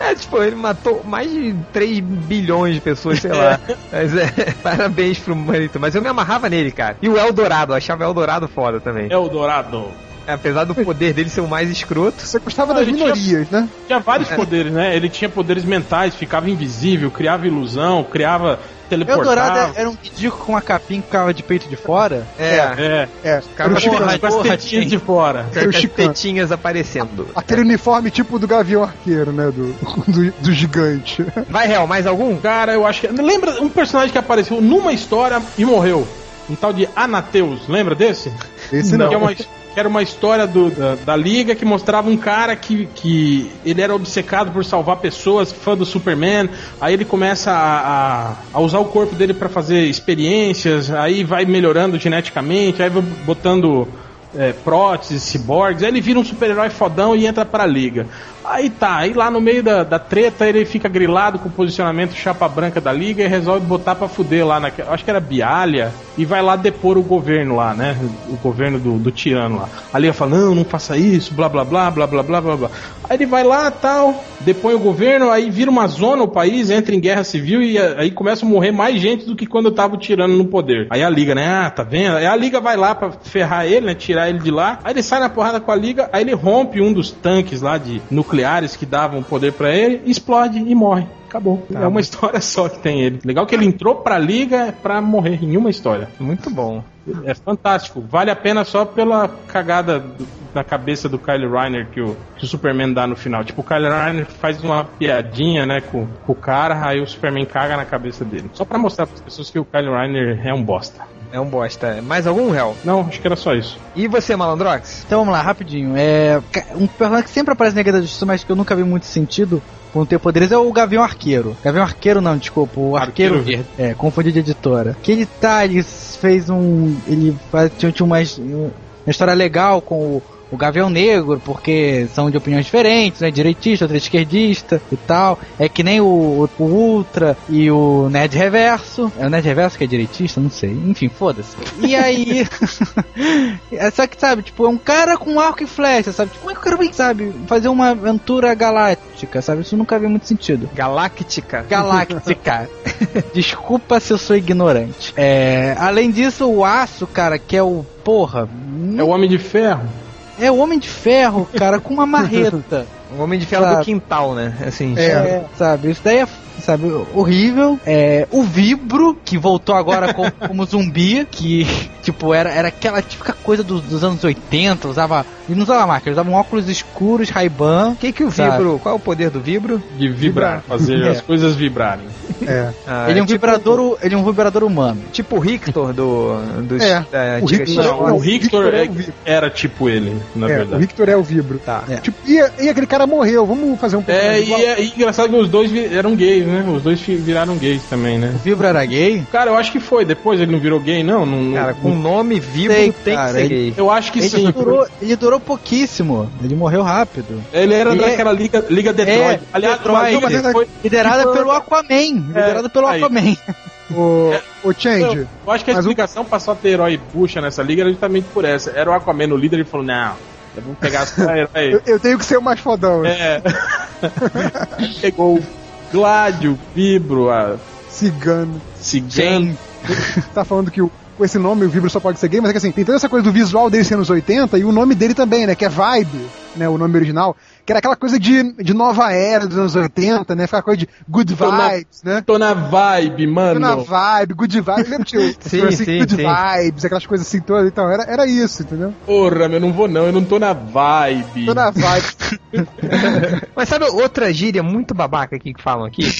Speaker 1: É, tipo, ele matou mais de 3 bilhões de pessoas, sei lá. Mas é, parabéns pro Manito. Mas eu me amarrava nele, cara. E o Eldorado, eu achava o Eldorado foda também.
Speaker 3: É o Dourado.
Speaker 1: Apesar do poder dele ser o mais escroto.
Speaker 2: Você gostava
Speaker 3: Ah,
Speaker 2: das
Speaker 3: ele tinha-
Speaker 2: minorias, né?
Speaker 3: Tinha vários poderes, né? Ele tinha poderes mentais, ficava invisível, criava ilusão, criava teleportava.
Speaker 4: Eldorado era um ridículo com uma capinha que ficava de peito de fora.
Speaker 1: É,
Speaker 3: É,
Speaker 2: É, era o
Speaker 1: Cara, porra,
Speaker 2: Chicano.
Speaker 3: com as
Speaker 4: porra,
Speaker 3: tetinhas de fora.
Speaker 1: com as
Speaker 2: Chicano.
Speaker 1: tetinhas aparecendo.
Speaker 2: Aquele uniforme tipo do Gavião Arqueiro, né? Do, do, do gigante.
Speaker 1: Vai, réu, mais algum?
Speaker 3: Cara, eu acho que. Lembra um personagem que apareceu numa história e morreu? Um tal de Anateus, lembra desse?
Speaker 2: Esse não.
Speaker 3: Que, é uma- que era uma história do- da, da liga que mostrava um cara que, que ele era obcecado por salvar pessoas, fã do Superman. Aí ele começa a, a- a usar o corpo dele pra fazer experiências, aí vai melhorando geneticamente, aí vai botando é, próteses, ciborgues. Aí ele vira um super-herói fodão e entra pra liga. Aí tá, aí lá no meio da, da treta ele fica grilado com o posicionamento chapa branca da liga e resolve botar pra fuder lá naquela. Acho que era Bialha. E vai lá depor o governo lá, né? O governo do, do tirano lá. A liga fala: não, não faça isso, blá blá blá, blá blá blá blá blá. Aí ele vai lá tal, depõe o governo, aí vira uma zona o país, entra em guerra civil e a- aí começa a morrer mais gente do que quando tava o tirano no poder. Aí a liga, né? Ah, tá vendo? Aí a liga vai lá pra ferrar ele, né? Tirar ele de lá. Aí ele sai na porrada com a liga, aí ele rompe um dos tanques lá de nucleares que davam poder pra ele, explode e morre. Acabou. é uma história só que tem ele. Legal que ele entrou pra liga pra morrer em uma história.
Speaker 1: Muito bom.
Speaker 3: É fantástico. Vale a pena só pela cagada do- na cabeça do Kyle Reiner que o, que o Superman dá no final. Tipo, o Kyle Reiner faz uma piadinha, né, com, com o cara, aí o Superman caga na cabeça dele. Só pra mostrar pras pessoas que o Kyle Reiner é um bosta.
Speaker 1: É um bosta. Mais algum, réu?
Speaker 3: Não, acho que era só isso.
Speaker 1: E você, Malandrox?
Speaker 4: Então vamos lá, rapidinho. É, ca- um personagem que sempre aparece na Liga da Justiça, mas que eu nunca vi muito sentido com ter poderes, é o Gavião Arqueiro. Gavião Arqueiro não, desculpa, o Arqueiro,
Speaker 3: Arqueiro Verde.
Speaker 4: É, confundi de editora. Que ele tá, ele fez um... Ele faz- tinha, tinha uma, uma história legal com o, o Gavião Negro, porque são de opiniões diferentes, né? Direitista, outro é esquerdista e tal. É que nem o, o Ultra e o Nerd Reverso. É o Nerd Reverso que é direitista? Não sei. Enfim, foda-se. E aí... É, só que, sabe, tipo, é um cara com arco e flecha, sabe? Tipo, como é que o cara vai, sabe, fazer uma aventura galáctica, sabe? Isso nunca vi muito sentido.
Speaker 1: Galáctica.
Speaker 4: Galáctica. Desculpa se eu sou ignorante. É, além disso, o aço, cara, que é o. Porra.
Speaker 3: É o Homem de Ferro.
Speaker 4: É o Homem de Ferro, cara, com uma marreta.
Speaker 1: O Um Homem de Ferro
Speaker 4: Sabe.
Speaker 1: do quintal, né? Assim.
Speaker 2: É.
Speaker 4: É, sabe? Isso daí é, sabe, horrível. É, o Vibro, que voltou agora co- como zumbi, que, tipo, era, era aquela típica coisa do- dos anos 80, usava. Ele não usava máscara, ele usava um óculos escuros, Ray-Ban.
Speaker 1: O que que o
Speaker 4: Sabe.
Speaker 1: vibro... Qual é o poder do vibro?
Speaker 3: De vibrar, fazer as coisas vibrarem.
Speaker 2: É.
Speaker 1: Ah,
Speaker 4: ele é um
Speaker 1: tipo-
Speaker 4: vibrador, ele é um vibrador humano.
Speaker 1: Tipo o Rictor do... do
Speaker 2: É.
Speaker 1: da
Speaker 2: O
Speaker 1: antiga
Speaker 2: Rictor-
Speaker 1: Star Wars.
Speaker 3: Não, o
Speaker 2: Victor
Speaker 3: Victor
Speaker 2: é
Speaker 3: é-
Speaker 2: o Victor.
Speaker 3: era tipo ele, na
Speaker 2: É, o
Speaker 3: verdade.
Speaker 2: Victor é o Vibro.
Speaker 1: Tá.
Speaker 4: É.
Speaker 2: Tipo, e, e aquele cara morreu, vamos fazer um
Speaker 3: É,
Speaker 2: igual.
Speaker 3: e, é e engraçado que os dois vi- eram gays, né? Os dois fi- viraram gays também, né?
Speaker 4: O Vibro era gay?
Speaker 3: Cara, eu acho que foi. Depois ele não virou gay, não? não, não-
Speaker 1: Cara, com o nome vibro
Speaker 4: Sei,
Speaker 1: tem
Speaker 4: cara,
Speaker 1: que ser
Speaker 4: ele-
Speaker 1: gay.
Speaker 3: Eu acho que
Speaker 4: Ele
Speaker 3: sim.
Speaker 4: durou, ele durou pouquíssimo, ele morreu rápido.
Speaker 3: Ele era
Speaker 4: Ele é-
Speaker 3: daquela liga, liga Detroit.
Speaker 4: É,
Speaker 3: Aliás,
Speaker 4: Detroit.
Speaker 3: uma liga foi-
Speaker 4: Liderada
Speaker 1: Então, Tipo,
Speaker 4: pelo Aquaman. Liderada pelo
Speaker 3: aí.
Speaker 4: Aquaman.
Speaker 2: O, o Change.
Speaker 3: Eu, eu acho que a
Speaker 2: Mas o-
Speaker 3: explicação pra só ter herói puxa nessa liga era justamente por essa. Era o Aquaman o líder e falou: Não, vamos pegar só
Speaker 2: Eu,
Speaker 3: herói.
Speaker 2: eu tenho que ser o mais fodão.
Speaker 3: é. Pegou o Gládio, Vibro, a
Speaker 2: Cigano.
Speaker 3: Cigano.
Speaker 2: Tá falando que o- com esse nome o Vibro só pode ser gay, mas é que assim, tem toda essa coisa do visual dele ser anos 80 e o nome dele também, né? Que é Vibe, né? O nome original. Que era aquela coisa de, de nova era dos anos 80, né? Aquela coisa de good
Speaker 3: Tô na-
Speaker 2: vibes, né?
Speaker 3: Tô na vibe,
Speaker 2: Tô na
Speaker 3: mano.
Speaker 2: vibe, good vibes, lembra tio?
Speaker 1: Ah, Sim,
Speaker 2: assim,
Speaker 1: sim,
Speaker 2: good
Speaker 1: sim.
Speaker 2: vibes, aquelas coisas assim todas. Então, era, era isso, entendeu?
Speaker 3: Porra, meu, não vou não, eu não tô na vibe.
Speaker 2: Tô na vibe.
Speaker 1: Mas sabe outra gíria muito babaca aqui que falam aqui?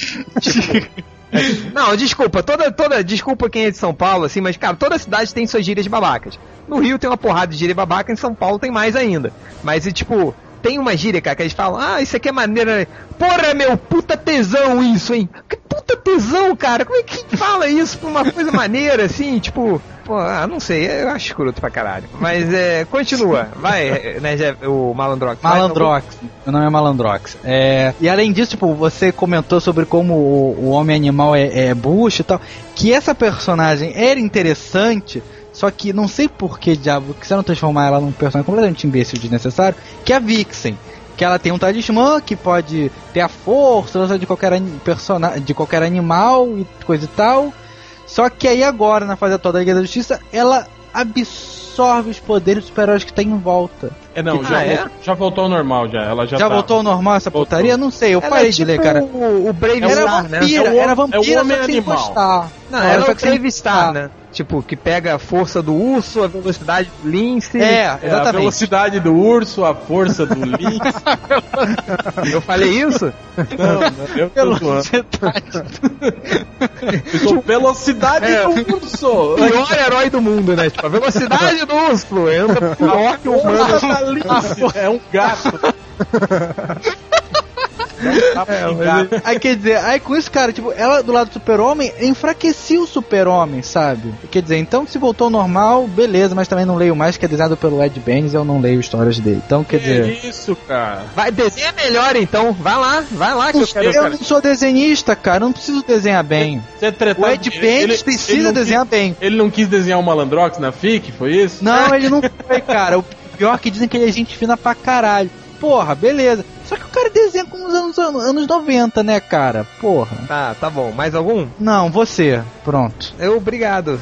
Speaker 1: Tipo, é, não, desculpa, toda, toda, desculpa quem é de São Paulo, assim, mas, cara, toda cidade tem suas gírias babacas. No Rio tem uma porrada de gíria babaca, em São Paulo tem mais ainda. Mas, e, tipo, tem uma gíria, cara, que eles falam, ah, isso aqui é maneira, né? porra, meu, puta tesão isso, hein? Que puta tesão, cara, como é que fala isso pra uma coisa maneira, assim, tipo... Pô, ah, não sei, eu acho escroto pra caralho. Mas é. Continua, vai, né, Zé, o Malandrox. vai,
Speaker 4: Malandrox. Meu nome é Malandrox. É, e além disso, tipo, você comentou sobre como o, o homem animal é, é bucho e tal. Que essa personagem era interessante, só que não sei por que diabo quiseram transformar ela num personagem completamente imbecil e desnecessário, que é a Vixen. Que ela tem um talismã que pode ter a força é de qualquer, ani- persona- de qualquer animal e coisa e tal. Só que aí agora, na fase atual da Liga da Justiça, ela absorve os poderes dos super-heróis que tem em volta.
Speaker 3: É, não,
Speaker 1: Ah,
Speaker 3: já,
Speaker 1: é?
Speaker 3: vol- já voltou ao normal, já. Ela já
Speaker 4: Já
Speaker 3: tá.
Speaker 4: voltou ao normal essa
Speaker 3: Voltou.
Speaker 4: putaria? Não sei, eu
Speaker 1: Ela
Speaker 4: parei
Speaker 1: é
Speaker 4: de ler, cara.
Speaker 1: O, o Brave
Speaker 4: Era
Speaker 1: Star, né?
Speaker 4: vampira,
Speaker 3: É o-
Speaker 4: era
Speaker 3: é
Speaker 4: vampira,
Speaker 3: o homem
Speaker 4: só que sem
Speaker 3: animal.
Speaker 4: encostar.
Speaker 1: Não, ela é
Speaker 4: só
Speaker 1: o
Speaker 4: que sem
Speaker 1: Brave Star,
Speaker 4: encostar.
Speaker 1: né? Tipo, que pega a força do urso, a velocidade do lince.
Speaker 4: É,
Speaker 3: É, a
Speaker 4: exatamente.
Speaker 3: velocidade do urso, a força do Link.
Speaker 1: Eu falei isso?
Speaker 3: Não, não, eu tô zoando. Ficou velocidade
Speaker 1: É.
Speaker 3: do urso.
Speaker 1: Pior herói do mundo, né? Tipo, a velocidade do urso entra
Speaker 3: um
Speaker 1: pior que o humano.
Speaker 3: Força da Lince. É um gato. Dá um tapa em gato.
Speaker 4: aí quer dizer, aí com isso, cara, tipo, ela do lado do super-homem enfraquecia o super-homem, sabe? Quer dizer, então se voltou ao normal, beleza, mas também não leio mais, que é desenhado pelo Ed Benz, eu não leio histórias dele. Então,
Speaker 3: É,
Speaker 4: quer dizer.
Speaker 3: Que isso, cara.
Speaker 1: Vai, desenha melhor então. Vai lá, vai lá que eu quero.
Speaker 4: Eu não sou desenhista, cara, eu não preciso desenhar bem.
Speaker 3: Você é tretado-
Speaker 4: O Ed
Speaker 3: ele-
Speaker 4: Benz
Speaker 3: ele-
Speaker 4: precisa
Speaker 3: ele não
Speaker 4: desenhar bem.
Speaker 3: quis- ele não quis desenhar o Malandrox na FIC, foi isso?
Speaker 4: Não, ele não foi, cara. O pior é que dizem que ele é gente fina pra caralho. Porra, beleza. Só que o cara desenha como nos anos, anos 90, né, cara? Porra.
Speaker 1: Tá, tá bom. Mais algum?
Speaker 4: Não, você. Pronto.
Speaker 1: Eu, obrigado.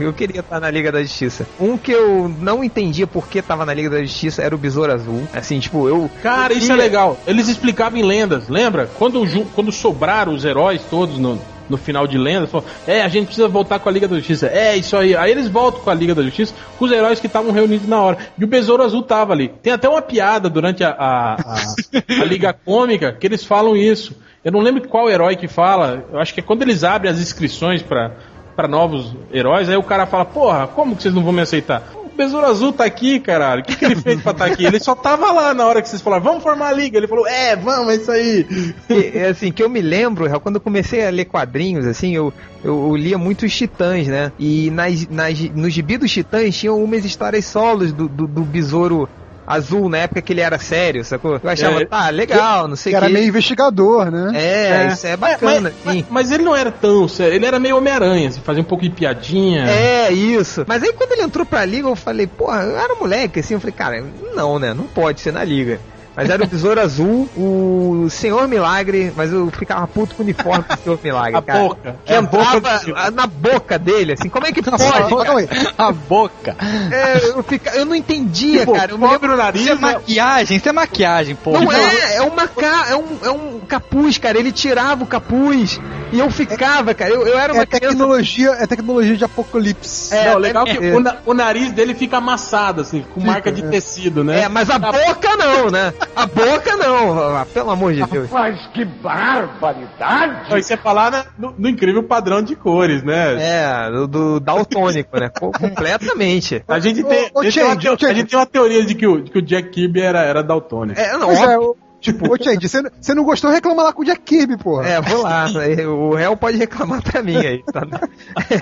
Speaker 1: Eu queria estar na Liga da Justiça. Um que eu não entendia por que tava na Liga da Justiça era o Besouro Azul. Assim, tipo, eu.
Speaker 3: Cara, isso é legal. Eles explicavam em lendas, lembra? Quando, ju- quando sobraram os heróis todos no, no final de lendas, falou, é, a gente precisa voltar com a Liga da Justiça. É, isso aí. Aí eles voltam com a Liga da Justiça, com os heróis que estavam reunidos na hora. E o Besouro Azul tava ali. Tem até uma piada durante a, a, a- a Liga Cômica que eles falam isso. Eu não lembro qual herói que fala. Eu acho que é quando eles abrem as inscrições pra, pra novos heróis, aí o cara fala, porra, como que vocês não vão me aceitar? O Besouro Azul tá aqui, caralho. O que, que ele fez pra estar aqui? Ele só tava lá na hora que vocês falaram, vamos formar a liga. Ele falou, é, vamos, é isso aí.
Speaker 1: que, é assim, que eu me lembro, Raul, quando eu comecei a ler quadrinhos, assim, eu, eu, eu lia muito os Titãs, né? E nas, nas, no gibi dos Titãs tinham umas histórias solos do, do, do Besouro Azul, na época que ele era sério, sacou? Eu achava,
Speaker 3: É.
Speaker 1: tá, legal, não sei
Speaker 2: Que
Speaker 1: o
Speaker 2: era
Speaker 1: que.
Speaker 2: meio investigador, né?
Speaker 1: É, isso é bacana,
Speaker 3: mas,
Speaker 1: sim.
Speaker 3: mas- mas ele não era tão sério, ele era meio Homem-Aranha, assim, fazia um pouco de piadinha.
Speaker 1: É, isso. Mas aí um quando ele entrou pra liga, eu falei, porra, eu era moleque, assim, eu falei, cara, não, né? Não pode ser na liga. Mas era o Besouro Azul, o Senhor Milagre, mas eu ficava puto com o uniforme do Senhor Milagre,
Speaker 3: A
Speaker 1: cara.
Speaker 3: boca.
Speaker 1: Que
Speaker 3: É a
Speaker 1: entrava
Speaker 3: boca do Senhor.
Speaker 1: a- na boca dele, assim, como é que pode? cara?
Speaker 2: Calma aí.
Speaker 4: A boca.
Speaker 1: É, eu, fica- eu não entendia,
Speaker 3: Pô,
Speaker 1: cara. Eu me lembro-
Speaker 3: cobre o nariz,
Speaker 4: Isso é
Speaker 3: né?
Speaker 4: maquiagem, isso é maquiagem, pô.
Speaker 1: Não é, é uma ca... é, um, é um capuz, cara. Ele tirava o capuz e eu ficava, cara. Eu, eu era uma
Speaker 2: É
Speaker 1: criança.
Speaker 2: tecnologia, é tecnologia de apocalipse.
Speaker 1: É,
Speaker 3: não, o legal é
Speaker 1: é-
Speaker 3: que o, na- o nariz dele fica amassado, assim, com marca de tecido, né?
Speaker 1: É, mas a boca não, né? A boca não, ah, pelo amor de Deus.
Speaker 8: Mas que barbaridade!
Speaker 3: Aí você falar né, no, no incrível padrão de cores, né?
Speaker 1: É, do, do daltônico, né? Co- completamente.
Speaker 3: A gente tem,
Speaker 2: Ô, ô,
Speaker 3: a gente tem uma
Speaker 2: Change,
Speaker 3: teo-
Speaker 2: Change.
Speaker 3: a gente tem uma teoria de que o, de que o Jack Kirby era, era daltônico.
Speaker 1: É, não,
Speaker 2: Pois
Speaker 1: óbvio.
Speaker 2: é, ô, tipo, ô Change, você, não- você não gostou, reclama lá com o Jack Kirby, porra.
Speaker 1: É, vou lá. né? O réu pode reclamar pra mim aí. Tá?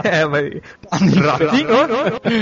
Speaker 1: É, mas...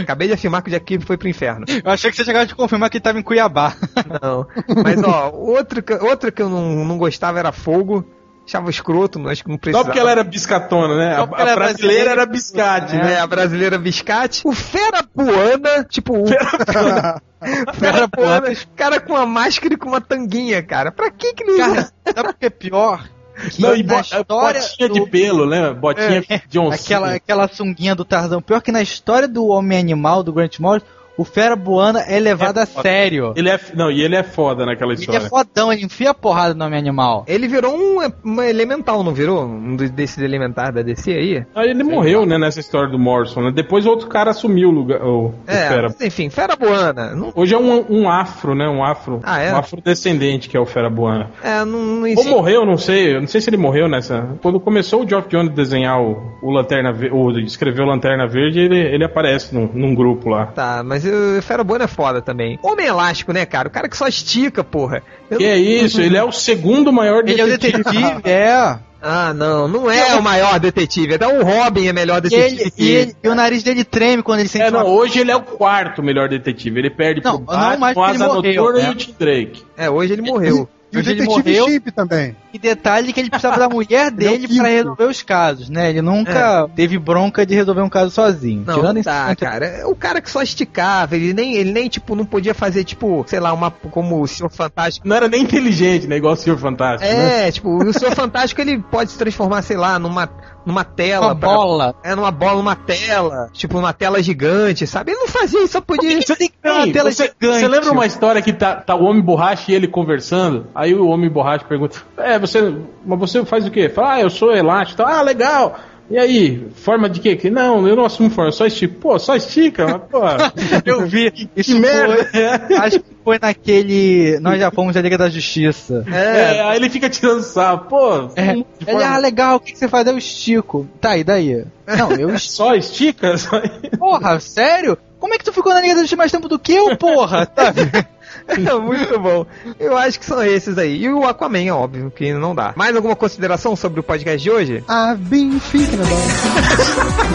Speaker 1: Acabei de afirmar que o Jack Kirby foi pro inferno.
Speaker 4: Eu achei que você chegava de confirmar que ele tava em Cuiabá.
Speaker 1: Não. Mas, ó, outro que, outro que eu não, não gostava era fogo. Achava escroto, mas acho que não
Speaker 3: Só
Speaker 1: precisava.
Speaker 3: porque ela era biscatona, né? A,
Speaker 4: Só porque ela
Speaker 3: a
Speaker 4: é
Speaker 3: brasileira
Speaker 4: brasileira. É.
Speaker 3: era biscate, né?
Speaker 1: né? A brasileira biscate. O Fera Puana, tipo, o Fera Puana, os cara com uma máscara e com uma tanguinha, cara. Pra que que ele
Speaker 4: Cara, sabe o que é pior? Que
Speaker 3: Não, e
Speaker 4: na
Speaker 3: bo-
Speaker 4: É
Speaker 3: é
Speaker 4: história
Speaker 3: botinha
Speaker 4: do- É.
Speaker 3: de pelo, né? Botinha de oncinha.
Speaker 4: aquela, aquela sunguinha do Tarzão. Pior é que na história do Homem Animal, do Grant Morrison, o Fera Buana é levado a sério.
Speaker 3: Ele é, não, e ele é foda naquela
Speaker 4: Ele
Speaker 3: história.
Speaker 4: é fodão, ele enfia a porrada no Homem Animal.
Speaker 1: Ele virou um, um elemental, não virou? Um do- desses elementar da DC aí?
Speaker 3: Aí ele morreu, né, nessa história do Morrison, né? Depois outro cara assumiu o lugar. O, o
Speaker 1: É,
Speaker 3: fera.
Speaker 1: mas enfim, Fera Buana. Não,
Speaker 3: Hoje é um, um afro, né? Um afro.
Speaker 1: Ah, é?
Speaker 3: Um afrodescendente que é o Fera Buana.
Speaker 1: é, não, não
Speaker 3: Ou
Speaker 1: existe.
Speaker 3: morreu, não sei. Eu não sei se ele morreu nessa. Quando começou o Geoff Jones a desenhar o, o Lanterna Verde, ou escreveu Lanterna Verde, ele, ele aparece num, num grupo lá.
Speaker 1: Tá, mas o Fera Buana é foda também. Homem elástico, né, cara? O cara que só estica, porra. Eu
Speaker 3: Que
Speaker 1: não-
Speaker 3: é isso, ele é o segundo maior
Speaker 4: Ele é o detetive, é.
Speaker 1: Ah, não, não é o maior detetive. Até o Robin é melhor
Speaker 4: E,
Speaker 1: detetive
Speaker 4: ele,
Speaker 1: que
Speaker 4: e, ele- e o nariz dele treme quando ele sente
Speaker 3: É, não,
Speaker 4: uma...
Speaker 3: hoje ele é o quarto melhor detetive. Ele perde
Speaker 4: Não,
Speaker 3: pro
Speaker 4: não mais
Speaker 3: Batman, o
Speaker 4: porque ele
Speaker 3: Asa Noturna
Speaker 4: morreu, né?
Speaker 3: e o Tim Drake.
Speaker 1: É, hoje ele morreu.
Speaker 2: E o
Speaker 4: Hoje ele
Speaker 2: detetive
Speaker 4: morreu.
Speaker 2: Chip também.
Speaker 4: E detalhe que ele precisava da mulher
Speaker 2: é o
Speaker 4: dele
Speaker 2: quinto.
Speaker 4: pra resolver os casos, né? Ele nunca
Speaker 3: É.
Speaker 4: teve bronca de resolver um caso sozinho.
Speaker 1: Não,
Speaker 4: Tirando
Speaker 1: não
Speaker 4: isso,
Speaker 1: dá, cara. É O cara que só esticava, ele nem, ele nem, tipo, não podia fazer, tipo, sei lá, uma, como o Senhor Fantástico.
Speaker 3: Não era nem inteligente, né? Igual o Senhor Fantástico, né?
Speaker 1: É, tipo, o Senhor Fantástico, ele pode se transformar, sei lá, numa, numa tela.
Speaker 4: uma
Speaker 1: pra-
Speaker 4: bola.
Speaker 1: É, numa bola, numa tela. Tipo, numa tela gigante, sabe? Ele não fazia isso, só podia...
Speaker 4: Você tem que ter
Speaker 3: Ei,
Speaker 4: É uma tela
Speaker 3: você,
Speaker 4: gigante.
Speaker 3: você lembra uma história que tá, tá o homem borracha e ele conversando? Aí o homem borracha pergunta: É, você. Mas você faz o quê? Fala, ah, eu sou elástico. Ah, legal! E aí, forma de quê? Que, não, eu não assumo forma, eu só estico. Pô, só estica, mas, pô.
Speaker 4: Eu vi. Isso foi-
Speaker 3: merda.
Speaker 4: Acho que foi naquele. Nós já fomos da Liga da Justiça.
Speaker 3: É, aí ele fica tirando sarro, pô.
Speaker 4: É.
Speaker 3: um monte de
Speaker 4: Ele, ah,
Speaker 3: forma.
Speaker 4: legal, o que que você faz? Eu estico. Tá, e daí? Não, eu estico.
Speaker 3: Só estica? Só...
Speaker 4: Porra, sério? Como é que tu ficou na Liga da Justiça mais tempo do que eu, porra? Sabe?
Speaker 1: É, muito bom. Eu acho que são esses aí. E o Aquaman, é óbvio, que não dá. Mais alguma consideração sobre o podcast de hoje?
Speaker 2: I've been thinking about it.